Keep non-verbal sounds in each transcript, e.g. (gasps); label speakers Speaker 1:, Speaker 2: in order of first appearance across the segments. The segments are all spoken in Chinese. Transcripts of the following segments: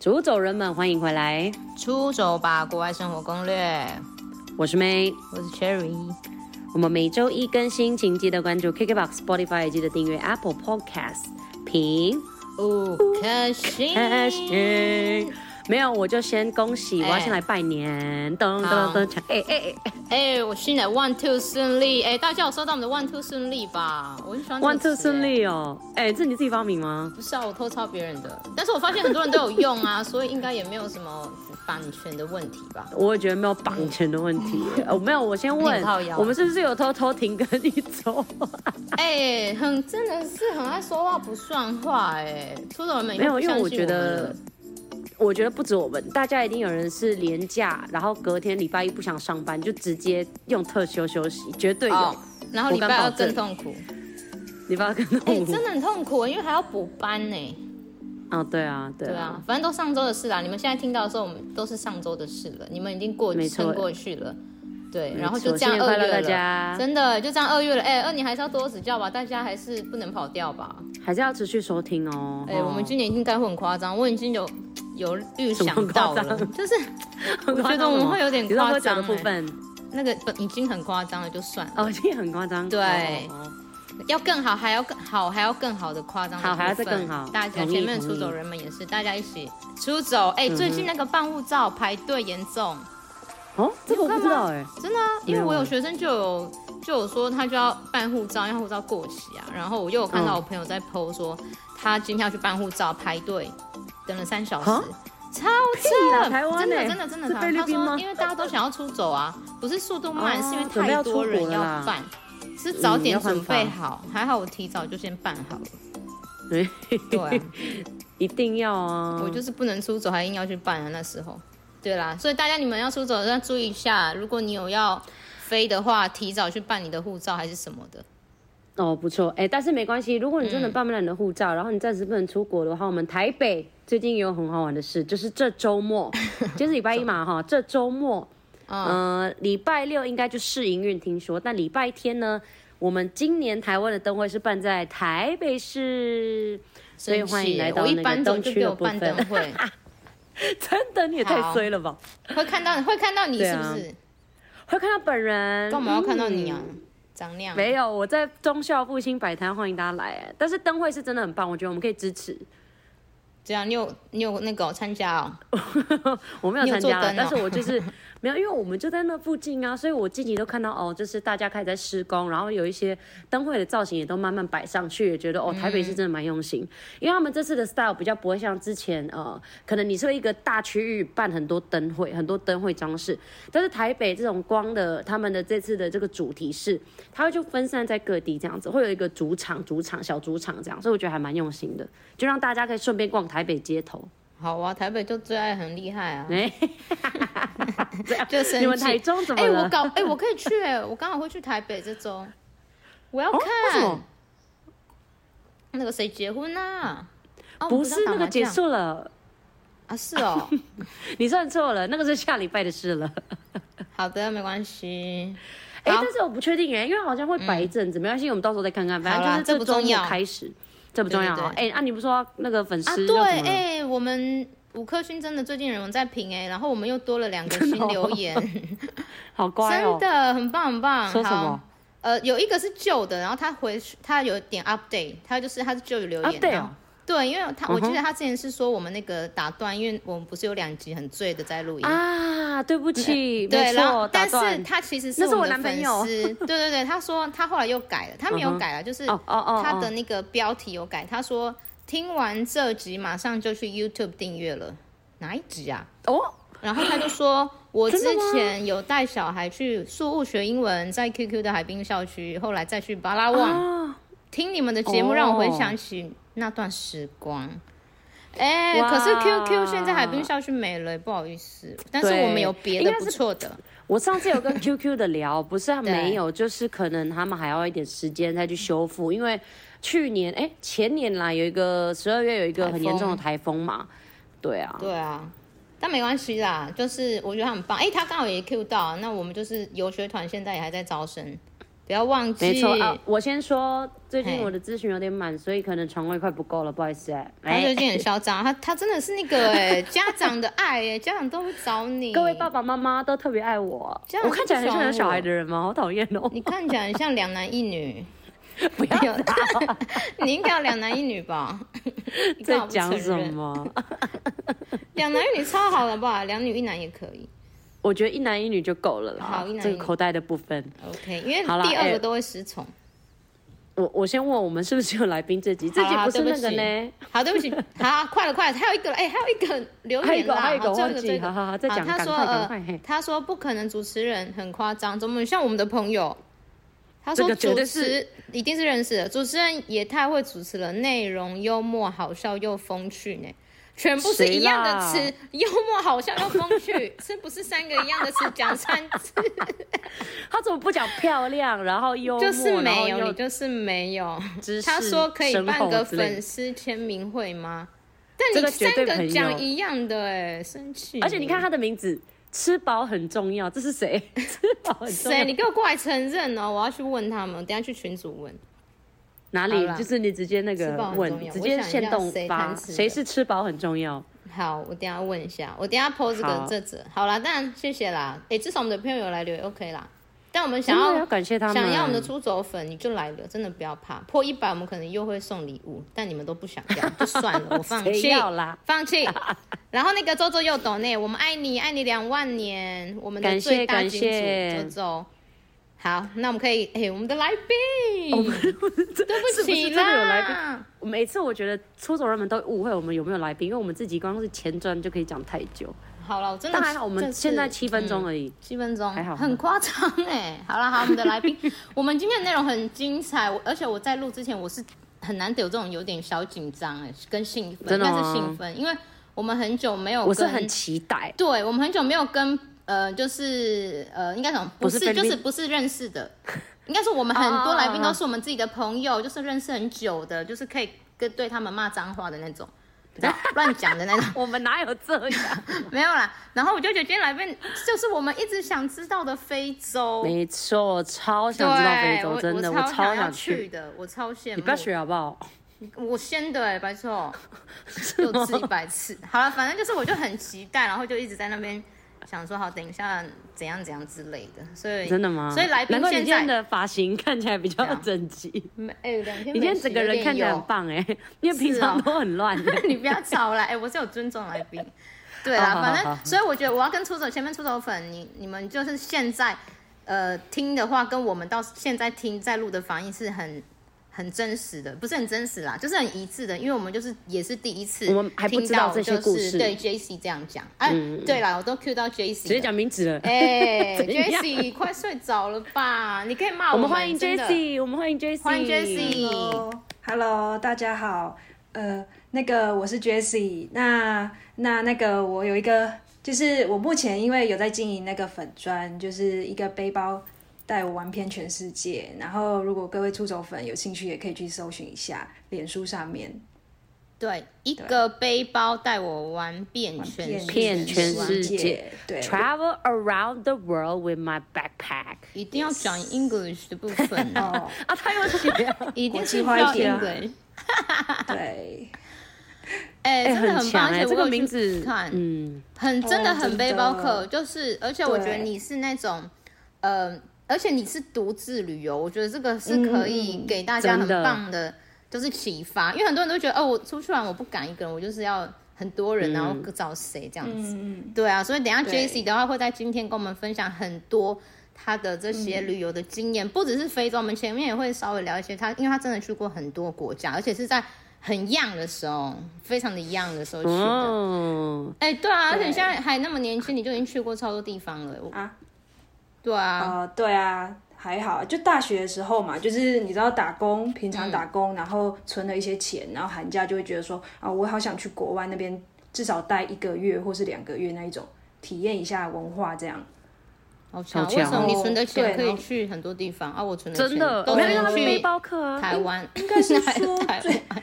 Speaker 1: 主走人们，欢迎回来，
Speaker 2: 出走吧，国外生活攻略。
Speaker 1: 我是 May。
Speaker 2: 我是 Cherry，
Speaker 1: 我们每周一更新，请记得关注 KKBOX、Spotify，也记得订阅 Apple Podcast。评
Speaker 2: 五颗星，
Speaker 1: 开始，没有我就先恭喜，我要先来拜年，噔噔噔噔，哎哎哎
Speaker 2: 哎、我新的 One Two 顺利，哎、大家有收到我们的 One Two 顺利吧？我很喜欢这个
Speaker 1: ，One Two
Speaker 2: 词
Speaker 1: 顺
Speaker 2: 哎
Speaker 1: 利哦，哎，这是你自己发明吗？
Speaker 2: 不是啊，我偷抄别人的，但是我发现很多人都有用啊， (laughs) 所以应该也没有什么版权的问题吧？
Speaker 1: 我也觉得没有版权的问
Speaker 2: (laughs)
Speaker 1: 题耶，哦，没有，我先问
Speaker 2: 你很靠，腰
Speaker 1: 我们是不是有偷偷停更一周？
Speaker 2: 哎、很真的是很爱说话不算话哎、出走人们
Speaker 1: 没有，因为
Speaker 2: 我
Speaker 1: 我觉得，我觉得不止我们，大家一定有人是连假，然后隔天礼拜一不想上班，就直接用特休休息，绝对有。
Speaker 2: 哦，然后礼
Speaker 1: 我
Speaker 2: 拜
Speaker 1: 敢保
Speaker 2: 二更
Speaker 1: 证
Speaker 2: 痛苦，
Speaker 1: 礼拜二跟
Speaker 2: 哎、
Speaker 1: 动物，
Speaker 2: 真的很痛苦，因为还要补班呢、
Speaker 1: 啊，对啊，对
Speaker 2: 对
Speaker 1: 啊，
Speaker 2: 啊，反正都上周的事啦。你们现在听到的时候，我们都是上周的事了，你们已经过
Speaker 1: 没错
Speaker 2: 撑过去了。对，
Speaker 1: 没
Speaker 2: 然后
Speaker 1: 错
Speaker 2: 就这样
Speaker 1: 新年
Speaker 2: 二
Speaker 1: 快乐
Speaker 2: 月了，
Speaker 1: 大家
Speaker 2: 真的就这样二月了。哎、二年还是要多多指教吧，大家还是不能跑掉吧。
Speaker 1: 还是要持续收听哦。
Speaker 2: 哎、
Speaker 1: 哦
Speaker 2: 我们今年应该会很夸张，我已经有有预想到
Speaker 1: 什么
Speaker 2: 了
Speaker 1: 夸张，
Speaker 2: 就是
Speaker 1: (laughs)
Speaker 2: 我觉得我们会有点
Speaker 1: 你知道
Speaker 2: 夸
Speaker 1: 喝酒
Speaker 2: 张、
Speaker 1: 的部
Speaker 2: 哎
Speaker 1: 分
Speaker 2: 那个本已经很夸张了，就算了，
Speaker 1: 哦，今天很夸张，
Speaker 2: 对
Speaker 1: 哦哦
Speaker 2: 要更好，还要更好，还要更好的夸张的部
Speaker 1: 好
Speaker 2: 分，
Speaker 1: 还要再更好
Speaker 2: 大家
Speaker 1: 同意
Speaker 2: 前面
Speaker 1: 同意嗯
Speaker 2: 出走人们也是，大家一起出走。哎、最近那个办护照排队严重。
Speaker 1: 哦，哦这个我不知道哎，
Speaker 2: 真的、啊，因
Speaker 1: 没
Speaker 2: 为
Speaker 1: 有
Speaker 2: 我有
Speaker 1: 欸
Speaker 2: 学生就有就有说他就要办护照，因为护照过期啊。然后我又有看
Speaker 1: 嗯
Speaker 2: 到我朋友在 PO 说，他今天要去办护照，排队等了三小时
Speaker 1: 啊，
Speaker 2: 超
Speaker 1: 屁啦
Speaker 2: 扯！
Speaker 1: 台湾
Speaker 2: 真的
Speaker 1: 欸
Speaker 2: 真的真的，
Speaker 1: 是菲律
Speaker 2: 他
Speaker 1: 宾吗
Speaker 2: 说因为大家都想要出走啊，不是速度慢，
Speaker 1: 哦
Speaker 2: 是因为
Speaker 1: 准备要
Speaker 2: 太
Speaker 1: 出国
Speaker 2: 多人
Speaker 1: 了
Speaker 2: 要
Speaker 1: 啦
Speaker 2: 办，是早
Speaker 1: 嗯要
Speaker 2: 点
Speaker 1: 换
Speaker 2: 准备
Speaker 1: 房
Speaker 2: 好。还好我提早就先办好了。
Speaker 1: 对，
Speaker 2: 对啊、
Speaker 1: 哎 (laughs) 一定要啊，
Speaker 2: 我就是不能出走，还硬要去办啊，那时候。对啦，所以大家你们要出走要注意一下，如果你有要飞的话，提早去办你的护照还是什么的。
Speaker 1: 哦，不错，哎，但是没关系，如果你真
Speaker 2: 嗯
Speaker 1: 的办不了你的护照，然后你暂时不能出国的话，我们台北最近也有很好玩的事，就是这周
Speaker 2: (laughs)
Speaker 1: 末，今天是礼拜一嘛哈，这周末，
Speaker 2: 啊
Speaker 1: 呃，礼拜六应该就试营运，听说，但礼拜天呢，我们今年台湾的灯会是办在台北市，所以欢迎来到
Speaker 2: 我一
Speaker 1: 那个
Speaker 2: 搬走
Speaker 1: 灯
Speaker 2: 就
Speaker 1: 区
Speaker 2: 给
Speaker 1: 的
Speaker 2: 我
Speaker 1: 部
Speaker 2: 办灯
Speaker 1: 分。
Speaker 2: 会，
Speaker 1: (laughs) 真的，你也太
Speaker 2: 好
Speaker 1: 衰了 (laughs) 吧！
Speaker 2: 会看到会看到你
Speaker 1: 对
Speaker 2: 是不
Speaker 1: 啊
Speaker 2: 是？
Speaker 1: 会看到本人，
Speaker 2: 干嘛要看到你啊
Speaker 1: 嗯？
Speaker 2: 长那样
Speaker 1: 没有，我在忠孝复兴摆摊，欢迎大家来。哎但是灯会是真的很棒，我觉得我们可以支持。
Speaker 2: 这啊样，你有你有那个哦参加哦？
Speaker 1: 我没有
Speaker 2: 你有
Speaker 1: 参加
Speaker 2: 做
Speaker 1: 啦，
Speaker 2: 灯哦
Speaker 1: 但是我就是没有，因为我们就在那附近啊，所以我近期都看到哦，就是大家开始在施工，然后有一些灯会的造型也都慢慢摆上去，也觉得哦，台北
Speaker 2: 嗯
Speaker 1: 是真的蛮用心，因为他们这次的 style 比较不会像之前呃，可能你是一个大区域办很多灯会，很多灯会装饰，但是台北这种光的，他们的这次的这个主题是，它会就分散在各地这样子，会有一个主场、主场、小主场这样，所以我觉得还蛮用心的，就让大家可以顺便逛台北街头。
Speaker 2: 好啊，台北就最爱很厉害啊，
Speaker 1: 哎、
Speaker 2: 就生
Speaker 1: 你们
Speaker 2: 气
Speaker 1: 台中怎么
Speaker 2: 哎，
Speaker 1: 了？(laughs)
Speaker 2: 我搞哎，我可以去哎，我刚好会去台北这周，我要
Speaker 1: 哦为什
Speaker 2: 看
Speaker 1: 么？
Speaker 2: 那个谁结婚啊？哦
Speaker 1: 不是那个结
Speaker 2: 结束
Speaker 1: 束了，
Speaker 2: 啊？是哦，
Speaker 1: 你算错了，那个是下礼拜的事了。
Speaker 2: 好的，没关系。
Speaker 1: 哎、
Speaker 2: 好
Speaker 1: 但是我不确定耶，因为好像会摆一阵子，没关系，我们到时候再看看。反
Speaker 2: 好啦
Speaker 1: 正就是
Speaker 2: 这不
Speaker 1: 周
Speaker 2: 重
Speaker 1: 末
Speaker 2: 要
Speaker 1: 开始，这不重要
Speaker 2: 对
Speaker 1: 啊
Speaker 2: 对。
Speaker 1: 哎、啊，你不是说那个粉丝、
Speaker 2: 啊，对，哎、我们五颗星真的最近有人在评哎、然后我们又多了两个
Speaker 1: 真的
Speaker 2: 新
Speaker 1: 哦
Speaker 2: 留言，
Speaker 1: 好乖哦
Speaker 2: 真。的很棒很棒。
Speaker 1: 说什么
Speaker 2: 好？呃，有一个是旧的，然后他回他有点 update，他就是他是旧的留言。
Speaker 1: update 哦
Speaker 2: 然后对，因为他我
Speaker 1: 嗯哼
Speaker 2: 记得他之前是说我们那个打断，因为我们不是有两集很醉的在录音。
Speaker 1: 啊，对不起，
Speaker 2: 嗯对，
Speaker 1: 没
Speaker 2: 然
Speaker 1: 错
Speaker 2: 后，
Speaker 1: 打
Speaker 2: 但是
Speaker 1: 断。
Speaker 2: 他其实
Speaker 1: 那
Speaker 2: 是
Speaker 1: 是我
Speaker 2: 们
Speaker 1: 男
Speaker 2: 的
Speaker 1: 朋
Speaker 2: 粉
Speaker 1: 友
Speaker 2: 丝，对对对，他说他后来又改了，他没
Speaker 1: 嗯
Speaker 2: 有
Speaker 1: 哼
Speaker 2: 改了，就是
Speaker 1: 哦哦哦，
Speaker 2: 他的
Speaker 1: 哦
Speaker 2: 那个标题有改，他说听完这集马上就去 YouTube 订阅了，哪一集啊？
Speaker 1: 哦，
Speaker 2: 然后他就
Speaker 1: (gasps)
Speaker 2: 说，我之
Speaker 1: 真的吗
Speaker 2: 前有带小孩去宿务学英文，在 QQ 的海滨校区，后来再去巴拉望、
Speaker 1: 啊，
Speaker 2: 听你们的节
Speaker 1: 哦
Speaker 2: 目，让我回想起那段时光。哎、
Speaker 1: 哇
Speaker 2: 可是 QQ 现在海滨校区没了，不好意思。但是
Speaker 1: 对
Speaker 2: 我们有别的
Speaker 1: 应该是
Speaker 2: 不错的，
Speaker 1: 我上次有
Speaker 2: (laughs)
Speaker 1: 跟 QQ 的聊，不是啊
Speaker 2: 对
Speaker 1: 没有，就是可能他们还要一点时间再去修复，因为去年哎、前年啦有一个十二月有一个很严重的台风嘛，对啊，
Speaker 2: 对啊。但没关系啦，就是我觉得他很棒。哎、他刚好也 Q 到啊，那我们就是游学团现在也还在招生，不要忘记。
Speaker 1: 没错啊，我先说，最近
Speaker 2: 嘿
Speaker 1: 我的咨询有点满，所以可能床位快不够了，不好意思哎、
Speaker 2: 他最
Speaker 1: 哎，
Speaker 2: 近很嚣张，他他真的是那个哎、
Speaker 1: (laughs)
Speaker 2: 家长的爱哎、家长都会找你。
Speaker 1: 各位爸，爸妈妈都特别爱我
Speaker 2: 这，样
Speaker 1: 我看起来很像有小孩
Speaker 2: 不爽哎
Speaker 1: 的人吗？好讨厌哦！ (laughs)
Speaker 2: 你看起来很像两男一女，
Speaker 1: 不要
Speaker 2: 有 (laughs) 你应该有两男一
Speaker 1: (laughs)
Speaker 2: 女吧？你干
Speaker 1: 在
Speaker 2: 嘛
Speaker 1: 讲
Speaker 2: 不承认
Speaker 1: 什？么？
Speaker 2: 两男一女超好了吧？两女一男也可以。
Speaker 1: 我觉得一男一女就够了啦。
Speaker 2: 好一男
Speaker 1: 这
Speaker 2: 一
Speaker 1: 个
Speaker 2: 女
Speaker 1: 口袋的部分，
Speaker 2: OK，因为
Speaker 1: 好啦
Speaker 2: 第二
Speaker 1: 哎
Speaker 2: 个都会失宠。
Speaker 1: 我我先问我们是不是有来宾这集？这集
Speaker 2: 好啦啊
Speaker 1: 不是
Speaker 2: 对
Speaker 1: 那
Speaker 2: 不
Speaker 1: 个
Speaker 2: 起
Speaker 1: 呢？
Speaker 2: 好，对不起，好，快了，快了，还有一个，哎、还有一个
Speaker 1: (laughs)
Speaker 2: 留
Speaker 1: 还有一
Speaker 2: 言
Speaker 1: 个
Speaker 2: 啦，
Speaker 1: 还有一个
Speaker 2: 好最后
Speaker 1: 忘记
Speaker 2: 最后一个
Speaker 1: 好好好再讲
Speaker 2: 他说
Speaker 1: 赶快赶快嘿
Speaker 2: 呃，他说不可能，主持人很夸张，怎么像我们的朋友？他
Speaker 1: 这
Speaker 2: 说
Speaker 1: 个绝
Speaker 2: 主
Speaker 1: 对
Speaker 2: 持一定是认识的，主持人也太会主持了，内容幽默好笑又风趣呢，全部是
Speaker 1: 谁
Speaker 2: 一样的
Speaker 1: 啦
Speaker 2: 词，幽默好笑又风趣，是不是三个一样的词讲三次？
Speaker 1: 他怎么不讲漂亮，然后幽默，
Speaker 2: 就是
Speaker 1: 然后
Speaker 2: 没有，
Speaker 1: 又
Speaker 2: 你就是没有
Speaker 1: (laughs) 知。识
Speaker 2: 他说可以办
Speaker 1: 深厚
Speaker 2: 个
Speaker 1: 之类的
Speaker 2: 粉丝签名会吗？但
Speaker 1: 这
Speaker 2: 你
Speaker 1: 个绝
Speaker 2: 三
Speaker 1: 对
Speaker 2: 个
Speaker 1: 朋友
Speaker 2: 讲一样的哎、生气。
Speaker 1: 而且你看他的名字，吃饱很重要，这是谁？ (laughs) 吃饱很重
Speaker 2: 谁？
Speaker 1: 要。
Speaker 2: 你给我过来承认哦！我要去问他们，我等一下去群主问。
Speaker 1: 哪
Speaker 2: 好
Speaker 1: 里？
Speaker 2: 啦
Speaker 1: 就是你直接那
Speaker 2: 吃
Speaker 1: 个
Speaker 2: 饱很重
Speaker 1: 问，
Speaker 2: 要
Speaker 1: 直接
Speaker 2: 我想一下
Speaker 1: 现动
Speaker 2: 谁
Speaker 1: 发，
Speaker 2: 贪吃的
Speaker 1: 谁是吃饱很重要。
Speaker 2: 好，我等一下问一下，我等一下 PO 这个
Speaker 1: 好
Speaker 2: 这则。好啦，当然谢谢啦。哎、至少我们的朋友有来留言 OK 啦。但我们想
Speaker 1: 真的
Speaker 2: 要
Speaker 1: 要感谢他们，
Speaker 2: 想要我们的出走粉，你就来了，真的不要怕。破一百，我们可能又会送礼物，但你们都不想要，就算了，我放
Speaker 1: 谁
Speaker 2: 弃。
Speaker 1: 要啦？
Speaker 2: 放弃。然后那个周周又懂内，我们爱你，爱你两万年，我们的
Speaker 1: 感谢
Speaker 2: 最大
Speaker 1: 感
Speaker 2: 金
Speaker 1: 谢
Speaker 2: 主周周。好，那我们可以，哎、我们的来宾，对不
Speaker 1: 是不是
Speaker 2: 起
Speaker 1: 哦真的有来宾？
Speaker 2: 啦，
Speaker 1: 我每次我觉得出走人们都误会我们有没有来宾，因为我们自己光是前传就可以讲太久，
Speaker 2: 好了，我真的
Speaker 1: 但还好我
Speaker 2: 这
Speaker 1: 们
Speaker 2: 次
Speaker 1: 现在七分钟而已。
Speaker 2: 七分钟，
Speaker 1: 还好
Speaker 2: 很夸张哎。好了，好，我们的来宾， (laughs) 我们今天的内容很精彩，我而且我在录之前我是很难得有这种有点小紧张哎，跟兴奋，
Speaker 1: 真的
Speaker 2: 应该
Speaker 1: 吗
Speaker 2: 是兴奋，因为我们很久没有
Speaker 1: 我是
Speaker 2: 跟
Speaker 1: 很期待，
Speaker 2: 对，我们很久没有跟呃，就是呃，应该讲
Speaker 1: 不
Speaker 2: 不
Speaker 1: 是
Speaker 2: 是
Speaker 1: 菲律
Speaker 2: 就
Speaker 1: 宾
Speaker 2: 是不是认识的，应该说我们很
Speaker 1: 哦哦
Speaker 2: 多
Speaker 1: 哦
Speaker 2: 来宾
Speaker 1: 哦
Speaker 2: 都是我们自己的朋友，就是认识很久的，就是可以跟对他们骂脏话的那种，不知道乱讲的那种，
Speaker 1: 我们哪有这样？
Speaker 2: 没有啦。然后我就觉得今天来宾就是我们一直想知道的非洲，
Speaker 1: 没错，超
Speaker 2: 对，
Speaker 1: 想知道非洲，
Speaker 2: 我
Speaker 1: 真的，
Speaker 2: 我
Speaker 1: 我超
Speaker 2: 想要
Speaker 1: 想去。
Speaker 2: 的，我超羡慕。
Speaker 1: 你不要学好不好？
Speaker 2: 我先的哎、白错，
Speaker 1: (laughs)
Speaker 2: 又吃一百次。好了，反正就是我就很期待，然后就一直在那边想说好，等一下怎样怎样之类的。所以
Speaker 1: 真的吗？
Speaker 2: 所以来宾
Speaker 1: 难怪你
Speaker 2: 现
Speaker 1: 今天
Speaker 2: 在
Speaker 1: 的发型看起来比较
Speaker 2: 对啊
Speaker 1: 整齐，你
Speaker 2: 没哎，两天
Speaker 1: 今天整个人看起来很
Speaker 2: 棒。
Speaker 1: 棒哎，因为平常
Speaker 2: 是哦
Speaker 1: 都很
Speaker 2: (laughs)
Speaker 1: 乱。
Speaker 2: 你不要吵了，哎、我是有尊重来宾。对啦，
Speaker 1: 哦好好
Speaker 2: 反
Speaker 1: 好
Speaker 2: 正
Speaker 1: 好
Speaker 2: 所以我觉得我要跟出走前面出走粉，你你们就是现在呃听的话，跟我们到现在听在录的反应是很很真实的，不是很真实啦，就是很一致的，因为我们就是也是第一次
Speaker 1: 我们还不
Speaker 2: 听
Speaker 1: 知道
Speaker 2: 到
Speaker 1: 这些
Speaker 2: 就是
Speaker 1: 故事嗯
Speaker 2: 对 J C 这样讲，哎、对啦，我都 Q 到 J C，
Speaker 1: 直接讲名字了。
Speaker 2: 哎、
Speaker 1: (laughs) 怎
Speaker 2: j
Speaker 1: 样
Speaker 2: C 快睡着了吧？你可以骂
Speaker 1: 我
Speaker 2: 们
Speaker 1: 们欢迎
Speaker 2: 真的
Speaker 1: Jessie，我们欢迎 Jessie，
Speaker 2: 欢迎 J C。
Speaker 3: Hello，大家好，呃，那个我是 Jessie，那那那个我有一个，就是我目前因为有在经营那个粉砖，就是一个背包带我玩遍全世界，然后如果各位出走粉有兴趣，也可以去搜寻一下脸书上面，
Speaker 2: 对，一个背包带我玩遍全世界
Speaker 1: 遍全世界
Speaker 3: 对
Speaker 1: Travel around the world with my backpack。
Speaker 2: 一定要讲 English 的部分哦，
Speaker 3: 哦，
Speaker 1: 啊， (laughs) 他有写，
Speaker 2: (laughs) 一定是
Speaker 3: 国际化
Speaker 2: 要
Speaker 3: 一点
Speaker 1: 啊
Speaker 2: English。
Speaker 3: 对，
Speaker 2: 哎、
Speaker 1: 哎，
Speaker 2: 真的
Speaker 1: 很强
Speaker 2: 棒，而
Speaker 1: 哎，
Speaker 2: 且
Speaker 1: 这
Speaker 2: 我
Speaker 1: 个
Speaker 2: 有
Speaker 1: 名
Speaker 2: 去
Speaker 1: 字，
Speaker 2: 看，
Speaker 1: 嗯，
Speaker 2: 很真的
Speaker 3: 哦
Speaker 2: 很
Speaker 3: 真
Speaker 2: 背包
Speaker 3: 的
Speaker 2: 客，就是而且我觉得
Speaker 3: 对
Speaker 2: 你是那种，呃，而且你是独自旅游，我觉得这个是可以给大
Speaker 3: 嗯
Speaker 2: 家
Speaker 1: 真
Speaker 2: 很
Speaker 1: 的
Speaker 2: 棒的，就是启发，因为很多人都觉得哦，我出去玩我不敢一个人，我就是要很多人，然后找谁这样子。
Speaker 3: 嗯，
Speaker 2: 对啊，所以等一下
Speaker 3: 对
Speaker 2: Jessie 的话会在今天跟我们分享很多她的这些旅游的经验，不只是非洲，我们前面也会稍微聊一些她，因为她真的去过很多国家，而且是在很 young 的时候，非常的 young 的时候去的。
Speaker 1: 哦，
Speaker 2: 哎、对啊，而且
Speaker 3: 对
Speaker 2: 你现在还那么年轻，你就已经去过超多地方了。我
Speaker 3: 啊，
Speaker 2: 对啊，
Speaker 3: 呃，对啊，还好，就大学的时候嘛，就是你知道打工，平常打工，然后存了一些钱，然后寒假就会觉得说啊，我好想去国外那边至少待一个月或是两个月那一种，体验一下文化这样。
Speaker 2: 好强！
Speaker 1: 好
Speaker 2: 为
Speaker 1: 强
Speaker 2: 什么你
Speaker 3: 哦
Speaker 2: 存的钱
Speaker 3: 对
Speaker 2: 可
Speaker 3: 然
Speaker 2: 以
Speaker 3: 后
Speaker 2: 去很多地方啊？我存的
Speaker 1: 真
Speaker 2: 钱
Speaker 1: 的，
Speaker 2: 都
Speaker 1: 没有因为他
Speaker 2: 能
Speaker 1: 是背
Speaker 2: 去
Speaker 1: 包客啊，
Speaker 2: 台湾，应 (laughs)
Speaker 3: 该是说
Speaker 2: 台
Speaker 3: 最
Speaker 2: 湾。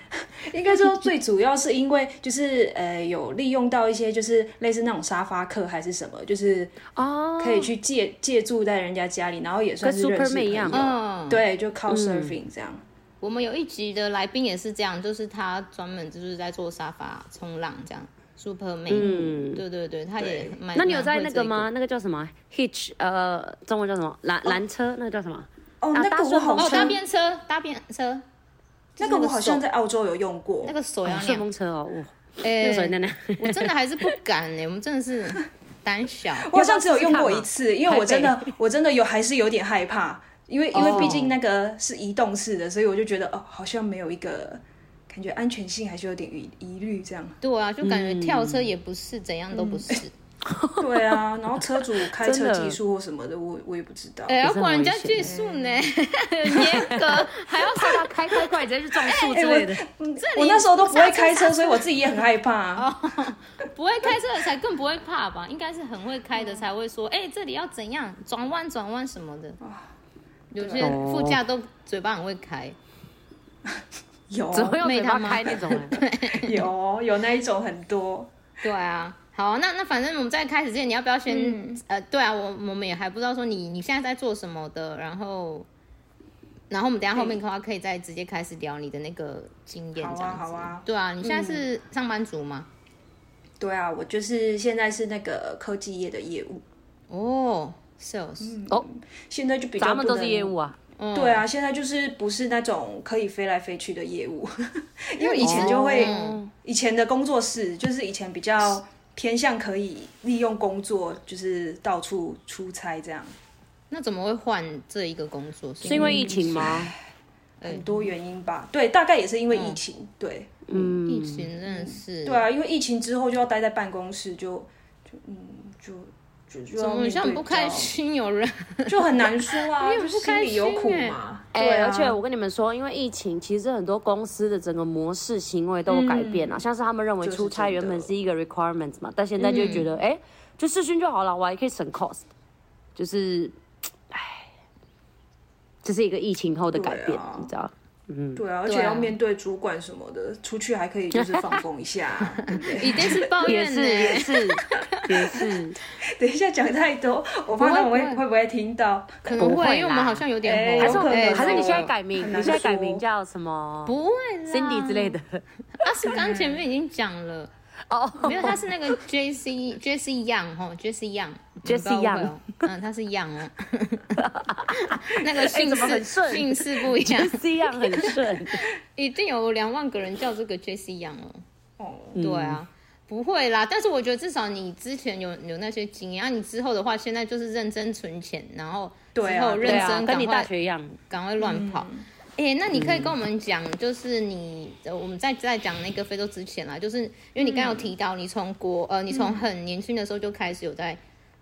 Speaker 3: 应该说最主要是因为就是呃有利用到一些就是类似那种沙发客还是什么，就是
Speaker 1: 哦，
Speaker 3: 可以去借借住在人家家里，然后也算是
Speaker 1: 跟
Speaker 3: 认
Speaker 1: Super
Speaker 3: 识
Speaker 1: Mate 一样
Speaker 3: 朋友
Speaker 2: 嗯
Speaker 3: 对，就 couch surfing 这样。
Speaker 2: 我们有一集的来宾也是这样，就是他专门就是在做沙发冲浪这样，Super 美，
Speaker 1: 嗯
Speaker 2: 对对对，他也蛮。
Speaker 1: 那你有
Speaker 2: 蛮
Speaker 1: 在
Speaker 2: 会
Speaker 1: 那
Speaker 2: 这哦
Speaker 1: 个
Speaker 2: 一
Speaker 1: 吗？那个叫什么 hitch？呃，中文叫什么？缆缆车？那个叫什么？
Speaker 3: 哦，
Speaker 1: 啊
Speaker 3: 那
Speaker 1: 搭
Speaker 3: 个我
Speaker 1: 顺风
Speaker 3: 好
Speaker 2: 哦，搭
Speaker 3: 像
Speaker 2: 便车，搭便车，
Speaker 3: 那个我好像
Speaker 2: 在
Speaker 3: 在澳洲有用过
Speaker 2: 那。个手要
Speaker 1: 哦顺
Speaker 2: 两，
Speaker 1: 风车哦，哇，
Speaker 2: 哎
Speaker 1: 那时候在那。
Speaker 2: 我真的还是不敢哎、我们真的是胆
Speaker 3: (laughs)
Speaker 2: 小。
Speaker 3: 我好像只有用
Speaker 1: 要不
Speaker 3: 过
Speaker 1: 要试啊
Speaker 3: 一次，因为我真的我真的有还是有点害怕，因为因为毕
Speaker 1: 哦
Speaker 3: 竟那个是移动式的，所以我就觉得哦，好像没有一个感觉安全性还是有点疑疑虑这样。
Speaker 2: 对啊，就感觉跳
Speaker 3: 嗯
Speaker 2: 车也不是，怎样都不是。
Speaker 3: 对啊，然后车
Speaker 1: (laughs)
Speaker 3: 主开
Speaker 1: 真
Speaker 3: 车
Speaker 1: 的
Speaker 3: 技术或什么的，我我也不知道。
Speaker 2: 哎、要
Speaker 1: 是很
Speaker 2: 管人家
Speaker 1: 危险
Speaker 2: 技术呢，
Speaker 3: 嗯
Speaker 2: 严
Speaker 3: (laughs)
Speaker 2: 格还要
Speaker 1: (laughs) 怕他开开快，直接去撞树之类的。
Speaker 3: 我那时候都不会开车，所以我自己也很害
Speaker 1: 哦
Speaker 3: 怕。
Speaker 2: 不会开车的才更不会怕吧？应该是很会开的才会说，哎、这里要怎样转弯转弯什么的。有
Speaker 3: 啊
Speaker 2: 些副驾都嘴巴很会开，
Speaker 3: 有
Speaker 1: (laughs) 只会用嘴巴
Speaker 2: 妹他妈
Speaker 1: 开那种啊人。
Speaker 3: 有有那一种很多，
Speaker 2: 对啊。好，那那反正我们在开始之前，你要不要先、
Speaker 3: 嗯
Speaker 2: 呃，对啊，我我们也还不知道说你你现在在做什么的，然后，然后我们等一下后面的话可以再直接开始聊你的那个经验，
Speaker 3: 好啊
Speaker 2: 这样子。
Speaker 3: 好啊
Speaker 2: 对啊，你现在是上班族吗？
Speaker 3: 对啊，我就是现在是那个科技业的业务，
Speaker 2: 哦，sales，、
Speaker 3: 嗯
Speaker 1: 哦，
Speaker 3: 现在就比较
Speaker 1: 咱们
Speaker 3: 不
Speaker 1: 都是
Speaker 3: 能
Speaker 1: 业务啊。
Speaker 2: 嗯
Speaker 3: 对啊，现在就是不是那种可以飞来飞去的业务，因为以前就会、
Speaker 2: 哦
Speaker 3: 以前的工作室就是以前比较偏向可以利用工作，就是到处出差这样，
Speaker 2: 那怎么会换这一个工作？
Speaker 1: 是因为疫情吗？
Speaker 3: 很多原因吧。对，大概也是因为疫情。对，
Speaker 1: 嗯，
Speaker 2: 疫情真的是，
Speaker 3: 对啊，因为疫情之后就要待在办公室，就就嗯就就就
Speaker 2: 怎
Speaker 3: 要
Speaker 2: 么
Speaker 3: 面
Speaker 2: 像
Speaker 3: 对
Speaker 2: 不
Speaker 3: 比较
Speaker 2: 开，心有
Speaker 3: (laughs)
Speaker 2: 人？
Speaker 3: 就很
Speaker 2: (laughs)
Speaker 3: 难说啊，
Speaker 2: 很
Speaker 3: 就是
Speaker 2: 不开
Speaker 3: 心里有苦
Speaker 2: 心欸
Speaker 3: 嘛。
Speaker 1: 哎、
Speaker 3: 对啊，
Speaker 1: 而且我跟你们说，因为疫情，其实很多公司的整个模式行为都有改变了、嗯像是他们认为
Speaker 3: 就是
Speaker 1: 出差
Speaker 3: 真的
Speaker 1: 原本是一个 requirement 嘛，但现在就觉得，哎、就试训就好了，我还可以省 cost，就是，哎，这是一个疫情后的改变，
Speaker 3: 对啊
Speaker 1: 你知道？
Speaker 3: 对啊，而
Speaker 2: 对
Speaker 3: 且
Speaker 2: 啊
Speaker 3: 要面对主管什么的，出去还可以就是放
Speaker 2: (laughs)
Speaker 3: 风一下，啊对不对？
Speaker 2: 一定是抱
Speaker 1: 也
Speaker 2: 怨
Speaker 1: 是
Speaker 2: 呢、
Speaker 1: 也是也是，
Speaker 3: (laughs) 等一下讲太多，我怕他们
Speaker 2: 不
Speaker 3: 会
Speaker 2: 会
Speaker 3: 会不会听到？
Speaker 2: 可能
Speaker 1: 不会啦
Speaker 2: 因为我们好像有点
Speaker 3: 哎
Speaker 2: 红，
Speaker 1: 还是我们、
Speaker 3: 有可能
Speaker 1: 还是你现在
Speaker 3: 哦
Speaker 1: 改名，
Speaker 3: 很
Speaker 1: 你
Speaker 3: 难
Speaker 1: 现在改名
Speaker 3: 说
Speaker 1: 叫什么
Speaker 2: 不会啦
Speaker 1: Cindy 之类的？ (laughs)
Speaker 2: 啊，是刚前面已经讲了。
Speaker 1: 哦，
Speaker 2: 没有，他是那个 J C J C Young 吼 J C Young，J
Speaker 1: Jessie Yang
Speaker 2: 嗯，他是 Young 哦， (laughs) 那个
Speaker 1: 哎
Speaker 2: 姓
Speaker 1: 怎么
Speaker 2: 氏
Speaker 1: 很顺
Speaker 2: 姓氏不一样，
Speaker 1: 这样很 (laughs) 顺，
Speaker 2: 一定有两万个人叫这个 J C Young 哦。
Speaker 3: 哦，
Speaker 2: 对啊，不会啦。但是我觉得至少你之前有有那些经验，啊，你之后的话，现在就是认真存钱，然后之
Speaker 3: 对啊
Speaker 2: 后认
Speaker 1: 对
Speaker 2: 真
Speaker 1: 啊，
Speaker 2: 赶快、
Speaker 1: 跟你大学一样。
Speaker 2: 赶快乱跑。哎、那你可以跟我们讲，就是你，呃我们在在讲那个非洲之前啦，就是因为你刚刚有提到，你从国，呃，你从很年轻的时候就开始有在，